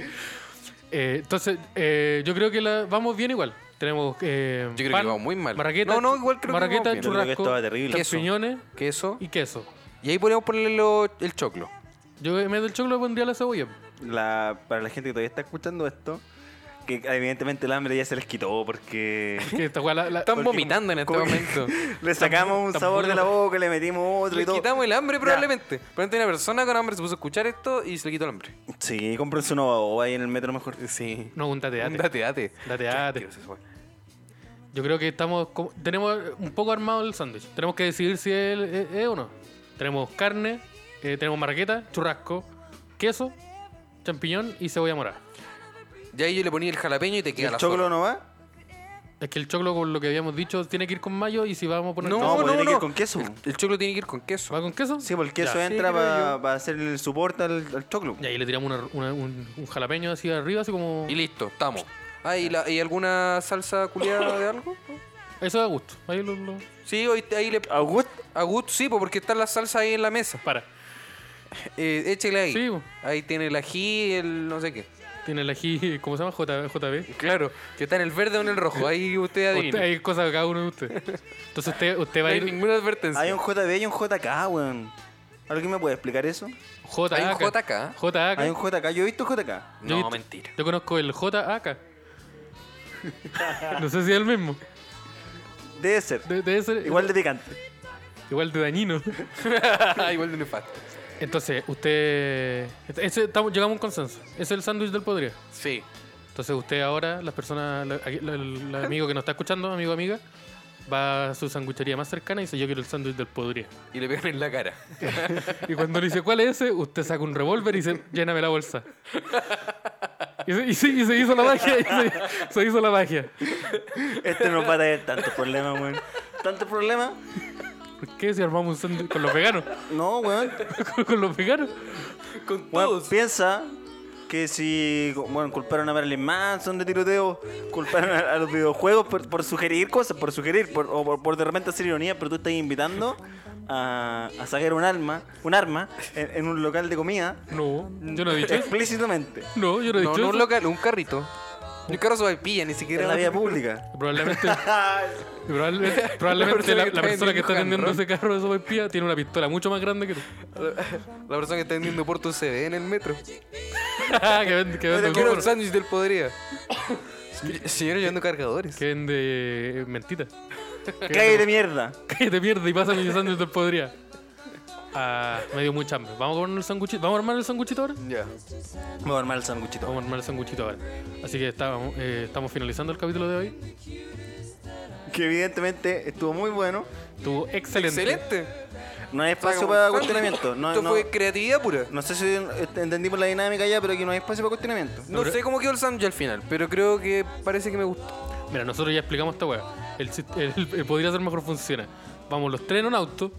[SPEAKER 2] Eh, entonces, eh, yo creo que la, vamos bien igual. Tenemos. eh,
[SPEAKER 3] Yo creo
[SPEAKER 2] pan,
[SPEAKER 3] que va muy mal.
[SPEAKER 2] Barraqueta,
[SPEAKER 3] No, no, igual creo que
[SPEAKER 2] barraqueta,
[SPEAKER 3] vamos bien.
[SPEAKER 4] Yo creo que esto va
[SPEAKER 2] churrasco,
[SPEAKER 4] terrible.
[SPEAKER 3] Queso.
[SPEAKER 2] champiñones
[SPEAKER 3] Queso.
[SPEAKER 2] y queso.
[SPEAKER 3] Y ahí podríamos ponerle lo- el choclo.
[SPEAKER 2] Yo en vez del choclo le pondría la cebolla.
[SPEAKER 4] La, para la gente que todavía está escuchando esto, que evidentemente el hambre ya se les quitó porque
[SPEAKER 2] Que esta weá la- la-
[SPEAKER 3] Están
[SPEAKER 4] Porque-
[SPEAKER 3] vomitando en este
[SPEAKER 4] como que-
[SPEAKER 3] momento.
[SPEAKER 4] le sacamos un
[SPEAKER 2] tampoco
[SPEAKER 4] sabor de la
[SPEAKER 2] lo-
[SPEAKER 4] boca, le metimos otro y
[SPEAKER 3] Le
[SPEAKER 4] todo.
[SPEAKER 3] quitamos el hambre
[SPEAKER 4] Ya.
[SPEAKER 3] probablemente. Probablemente una persona con hambre se puso a escuchar esto y se le quitó el hambre.
[SPEAKER 4] Sí, cómprense uno o ahí en el metro mejor.
[SPEAKER 3] Sí.
[SPEAKER 2] No, un tateate.
[SPEAKER 3] Un date, date.
[SPEAKER 2] Date, date.
[SPEAKER 3] Qué asqueroso eso, weón.
[SPEAKER 2] Yo creo que estamos co- tenemos un poco armado el sándwich. Tenemos que decidir si es, es- es o no. Tenemos carne, eh, tenemos marraqueta, churrasco, queso, champiñón y cebolla morada.
[SPEAKER 3] Ya ahí yo le ponía el jalapeño y te
[SPEAKER 4] ¿Y
[SPEAKER 3] queda
[SPEAKER 4] el
[SPEAKER 3] la
[SPEAKER 4] choclo
[SPEAKER 3] zorra.
[SPEAKER 4] no va?
[SPEAKER 2] Es que el choclo, por lo que habíamos dicho, tiene que ir con mayo y si vamos a poner
[SPEAKER 3] No,
[SPEAKER 4] No, pues
[SPEAKER 3] no,
[SPEAKER 4] tiene que ir
[SPEAKER 3] no.
[SPEAKER 4] con queso.
[SPEAKER 3] El choclo tiene que ir con queso.
[SPEAKER 2] ¿va con queso?
[SPEAKER 4] Sí, porque el queso
[SPEAKER 2] Ya.
[SPEAKER 4] entra
[SPEAKER 3] Sí, creo
[SPEAKER 4] para
[SPEAKER 3] yo.
[SPEAKER 4] hacer el soporte al, al choclo.
[SPEAKER 2] Y ahí le tiramos una- una- un, un jalapeño así arriba, así como...
[SPEAKER 3] Y listo, estamos. Ah, ¿y, la- y alguna salsa culiada de algo?
[SPEAKER 2] Eso da gusto. Ahí lo... lo-
[SPEAKER 3] Sí, hoy, ahí le...
[SPEAKER 4] ¿A gusto?
[SPEAKER 3] A gusto, sí, pues, porque está la salsa ahí en la mesa.
[SPEAKER 2] Para.
[SPEAKER 3] Eh, échale ahí.
[SPEAKER 2] Sí, pues.
[SPEAKER 3] ahí tiene el ají, el no sé qué.
[SPEAKER 2] Tiene el ají, ¿cómo se llama? J- JB.
[SPEAKER 3] Claro, que está en el verde o en el rojo. Ahí usted
[SPEAKER 2] Usted-
[SPEAKER 3] adivina.
[SPEAKER 2] hay cosas de cada uno de ustedes. Entonces usted, usted va
[SPEAKER 3] No
[SPEAKER 2] a
[SPEAKER 3] hay
[SPEAKER 2] ir...
[SPEAKER 3] ninguna advertencia.
[SPEAKER 4] Hay un JB y un JK, weón. ¿Alguien me puede explicar eso?
[SPEAKER 2] JAK.
[SPEAKER 3] hay un JK.
[SPEAKER 2] JAK.
[SPEAKER 4] Hay un JK, yo he visto JK.
[SPEAKER 2] Yo he
[SPEAKER 3] No,
[SPEAKER 2] visto-
[SPEAKER 3] mentira.
[SPEAKER 2] Yo conozco el JAK. No sé si es el mismo.
[SPEAKER 4] Debe ser.
[SPEAKER 2] De- debe ser
[SPEAKER 4] Igual de picante.
[SPEAKER 2] igual de dañino.
[SPEAKER 3] Igual de nefasto.
[SPEAKER 2] Entonces, usted. ese- estamos- llegamos a un consenso. Ese es el sándwich del podría.
[SPEAKER 3] Sí.
[SPEAKER 2] Entonces, usted ahora, las personas. la- aquí- la- El el amigo que nos está escuchando, amigo amiga, va a su sanguchería más cercana y dice: Yo quiero el sándwich del podría.
[SPEAKER 3] Y le pegan en la cara.
[SPEAKER 2] Y cuando le dice: ¿Cuál es ese? Usted saca un revólver y dice: Lléname la bolsa. Y se, y se- y se hizo la magia. y se- se hizo la magia.
[SPEAKER 4] Este nos va a traer tantos problemas, weón. ¿Tantos problemas?
[SPEAKER 2] ¿Por qué si armamos un sándwich con los veganos?
[SPEAKER 4] No, weón.
[SPEAKER 2] con, con los veganos.
[SPEAKER 3] Con
[SPEAKER 4] Bueno,
[SPEAKER 3] todos.
[SPEAKER 4] piensa que si bueno, culparon a Marilyn Manson de tiroteo, culparon a, a los videojuegos por, por sugerir cosas, por sugerir, por, o por, por de repente hacer ironía, pero tú estás invitando a, a sacar un arma, un arma en, en un local de comida
[SPEAKER 2] No, yo no he dicho eso.
[SPEAKER 4] explícitamente
[SPEAKER 2] No, yo no he
[SPEAKER 3] No,
[SPEAKER 2] dicho
[SPEAKER 3] no
[SPEAKER 2] eso.
[SPEAKER 3] un local, un carrito. Un carro sobaipilla, ni siquiera.
[SPEAKER 4] en la vía pública.
[SPEAKER 2] Probablemente. Probablemente, probablemente la,
[SPEAKER 3] La persona que
[SPEAKER 2] la
[SPEAKER 3] está
[SPEAKER 2] persona que está
[SPEAKER 3] vendiendo
[SPEAKER 2] vendiendo ese carro de sopaipilla tiene una pistola mucho más grande que tú.
[SPEAKER 3] La persona que está vendiendo por tu CD en el metro.
[SPEAKER 2] Ah, que vende, que vende,
[SPEAKER 3] Quiero
[SPEAKER 2] bueno,
[SPEAKER 3] un sándwich del podría. Señor, llevando cargadores.
[SPEAKER 2] que vende eh, mentitas.
[SPEAKER 4] Calle de mierda.
[SPEAKER 2] Cállate, mierda, y pasa mi sándwich del podría. Ah, me dio mucha hambre. Vamos a comer el sanguchito. Vamos a armar el sanguchito ahora.
[SPEAKER 3] Ya.
[SPEAKER 4] Voy a armar el sanguchito.
[SPEAKER 2] Vamos a armar el sanguchito ahora. Así que estábamos, eh, estamos finalizando el capítulo de hoy.
[SPEAKER 4] Que evidentemente estuvo muy bueno.
[SPEAKER 2] Estuvo excelente.
[SPEAKER 3] Excelente.
[SPEAKER 4] No hay espacio
[SPEAKER 3] Como
[SPEAKER 4] para
[SPEAKER 3] sándwich.
[SPEAKER 4] cuestionamiento. No,
[SPEAKER 3] Esto
[SPEAKER 4] no,
[SPEAKER 3] fue creatividad pura.
[SPEAKER 4] no sé si eh, entendimos la dinámica ya, pero aquí no hay espacio para cuestionamiento.
[SPEAKER 3] No sé cómo quedó el sándwich al final, pero creo que parece que me gustó.
[SPEAKER 2] Mira, nosotros ya explicamos esta weá. El, sist- el- el- el podría ser mejor funciona. Vamos los tres en un auto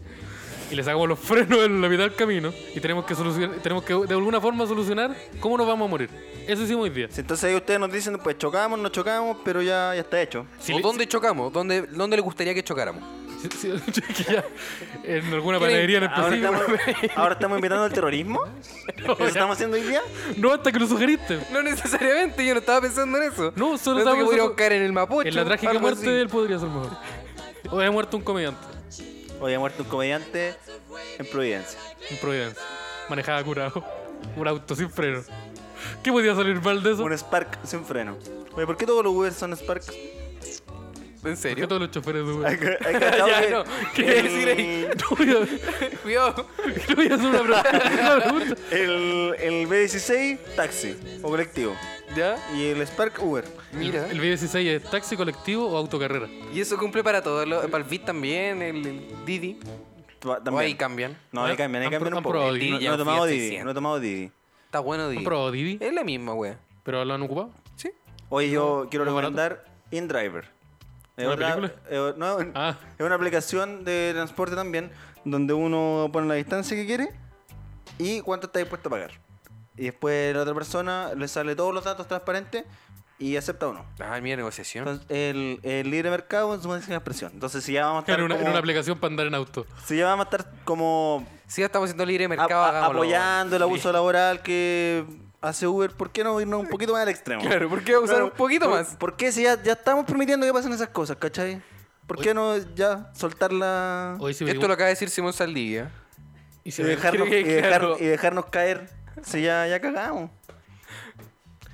[SPEAKER 2] y le sacamos los frenos en la mitad del camino y tenemos que solucionar, tenemos que de alguna forma solucionar cómo nos vamos a morir. Eso hicimos hoy día.
[SPEAKER 4] Sí, Entonces ahí ustedes nos dicen, pues chocamos, no chocamos, pero ya, ya está hecho.
[SPEAKER 2] Si
[SPEAKER 3] ¿O
[SPEAKER 2] le-
[SPEAKER 3] dónde chocamos? ¿Dónde, ¿Dónde le gustaría que chocáramos?
[SPEAKER 2] si- si- que ya en alguna
[SPEAKER 3] ¿Quieren-
[SPEAKER 2] panadería en
[SPEAKER 4] Ahora
[SPEAKER 2] específico.
[SPEAKER 4] estamos, ahora estamos invitando al terrorismo. ¿Eso estamos haciendo hoy día?
[SPEAKER 2] No, hasta que lo sugeriste.
[SPEAKER 3] No necesariamente, yo no estaba pensando en eso.
[SPEAKER 2] No, solo
[SPEAKER 3] Pensé
[SPEAKER 2] estaba
[SPEAKER 3] que podríamos
[SPEAKER 2] pensando-
[SPEAKER 3] caer en el Mapocho.
[SPEAKER 2] En la trágica
[SPEAKER 3] algo
[SPEAKER 2] muerte
[SPEAKER 3] así.
[SPEAKER 2] del podría ser mejor. O ha muerto un comediante
[SPEAKER 4] Hoy ha muerto un comediante en Providencia.
[SPEAKER 2] en Providencia. Manejada curado. Un auto sin freno. ¿Qué podía salir mal de eso?
[SPEAKER 4] Un Spark sin freno. Oye, ¿por qué todos los Uber son Spark?
[SPEAKER 3] ¿En
[SPEAKER 2] ¿Por qué
[SPEAKER 3] serio?
[SPEAKER 2] todos los choferes de Uber?
[SPEAKER 4] Hay que- hay que cachado
[SPEAKER 3] Ya,
[SPEAKER 4] que-
[SPEAKER 3] no. ¿Qué
[SPEAKER 4] que
[SPEAKER 3] decir ahí?
[SPEAKER 4] el-
[SPEAKER 2] No voy a-
[SPEAKER 3] Cuidado.
[SPEAKER 2] Yo voy a hacer una pregunta. una pregunta.
[SPEAKER 4] El, el B16, taxi o colectivo.
[SPEAKER 3] ¿Ya?
[SPEAKER 4] Y el Spark, Uber.
[SPEAKER 3] Mira.
[SPEAKER 2] ¿El B16 es taxi colectivo o autocarrera?
[SPEAKER 3] Y eso cumple para todos. los- Para el Bit también, el, el Didi.
[SPEAKER 4] Tu- También.
[SPEAKER 3] O ahí cambian.
[SPEAKER 4] No, ahí cambian, ahí
[SPEAKER 2] Han
[SPEAKER 4] cambian
[SPEAKER 2] pro-
[SPEAKER 4] un
[SPEAKER 2] han
[SPEAKER 4] poco.
[SPEAKER 2] probado
[SPEAKER 4] No,
[SPEAKER 2] Didi,
[SPEAKER 4] no
[SPEAKER 3] ya
[SPEAKER 4] he tomado
[SPEAKER 3] fui a
[SPEAKER 4] Didi,
[SPEAKER 3] 600.
[SPEAKER 4] no he tomado Didi.
[SPEAKER 3] Está bueno Didi.
[SPEAKER 2] ¿Han probado Didi?
[SPEAKER 3] Es la misma, wea.
[SPEAKER 2] ¿Pero lo han ocupado?
[SPEAKER 3] Sí.
[SPEAKER 4] Oye, yo quiero
[SPEAKER 2] no, barato.
[SPEAKER 4] recomendar In Driver. Es
[SPEAKER 2] ¿Una
[SPEAKER 4] otra-
[SPEAKER 2] película?
[SPEAKER 4] eh, no,
[SPEAKER 2] Ah.
[SPEAKER 4] es una aplicación de transporte también, donde uno pone la distancia que quiere y cuánto está dispuesto a pagar. Y después la otra persona le sale todos los datos transparentes y acepta o no.
[SPEAKER 3] Ah, mira, negociación.
[SPEAKER 4] Entonces, el, el libre mercado en su máxima expresión. Entonces, si ya vamos a estar
[SPEAKER 2] En una, en
[SPEAKER 4] como,
[SPEAKER 2] una aplicación para andar en auto.
[SPEAKER 4] si ya vamos a estar como
[SPEAKER 3] Si ya estamos haciendo libre
[SPEAKER 4] a-
[SPEAKER 3] mercado,
[SPEAKER 4] a-
[SPEAKER 3] hagámoslo.
[SPEAKER 4] apoyando el abuso laboral que hace Uber, ¿por qué no irnos un poquito más al extremo?
[SPEAKER 3] Claro, ¿por qué usar
[SPEAKER 4] Claro,
[SPEAKER 3] un poquito
[SPEAKER 4] ¿por-
[SPEAKER 3] más?
[SPEAKER 4] ¿Por qué si ya, ya estamos permitiendo que pasen esas cosas, cachai? ¿Por qué no ya soltar la...
[SPEAKER 2] Hoy sí me
[SPEAKER 3] Esto lo acaba de decir Simón Saldivia.
[SPEAKER 2] y
[SPEAKER 4] y,
[SPEAKER 2] se me-
[SPEAKER 4] dejarnos,
[SPEAKER 3] creo que
[SPEAKER 4] y dejar-
[SPEAKER 3] claro.
[SPEAKER 4] y dejarnos caer si ya, ya cagamos?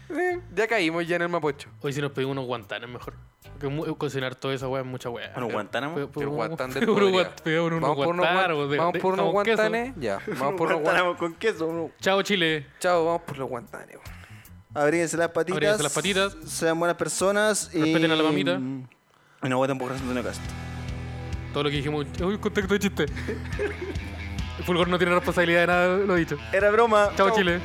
[SPEAKER 3] Sí, ya caímos ya en el mapocho.
[SPEAKER 2] Hoy si nos pedimos unos guantanes mejor. Porque mu- cocinar toda esa weá es mucha weá.
[SPEAKER 4] Bueno, Guantánamo.
[SPEAKER 2] Pe- pe-
[SPEAKER 3] El guantán del
[SPEAKER 2] pe- unos
[SPEAKER 3] podría.
[SPEAKER 2] guant- pegamos unos
[SPEAKER 3] Vamos por unos
[SPEAKER 2] guantanes,
[SPEAKER 3] guan-
[SPEAKER 2] de-
[SPEAKER 3] vamos
[SPEAKER 2] de-
[SPEAKER 3] por unos
[SPEAKER 2] estamos queso.
[SPEAKER 3] guantanes. Ya, vamos por unos guantanes.
[SPEAKER 4] Guantánamo con queso. uno.
[SPEAKER 2] Chao, Chile.
[SPEAKER 3] Chao, vamos por los guantanes.
[SPEAKER 4] Abríguense las patitas.
[SPEAKER 2] Abríguense las patitas.
[SPEAKER 4] Sean buenas personas. y-
[SPEAKER 2] Respeten a la mamita.
[SPEAKER 4] Y no voten por razón de una casa.
[SPEAKER 2] Todo lo que dijimos. Uy, contacto de chiste. Fulgor no tiene responsabilidad de nada, lo dicho.
[SPEAKER 4] Era broma.
[SPEAKER 2] Chao. Chile.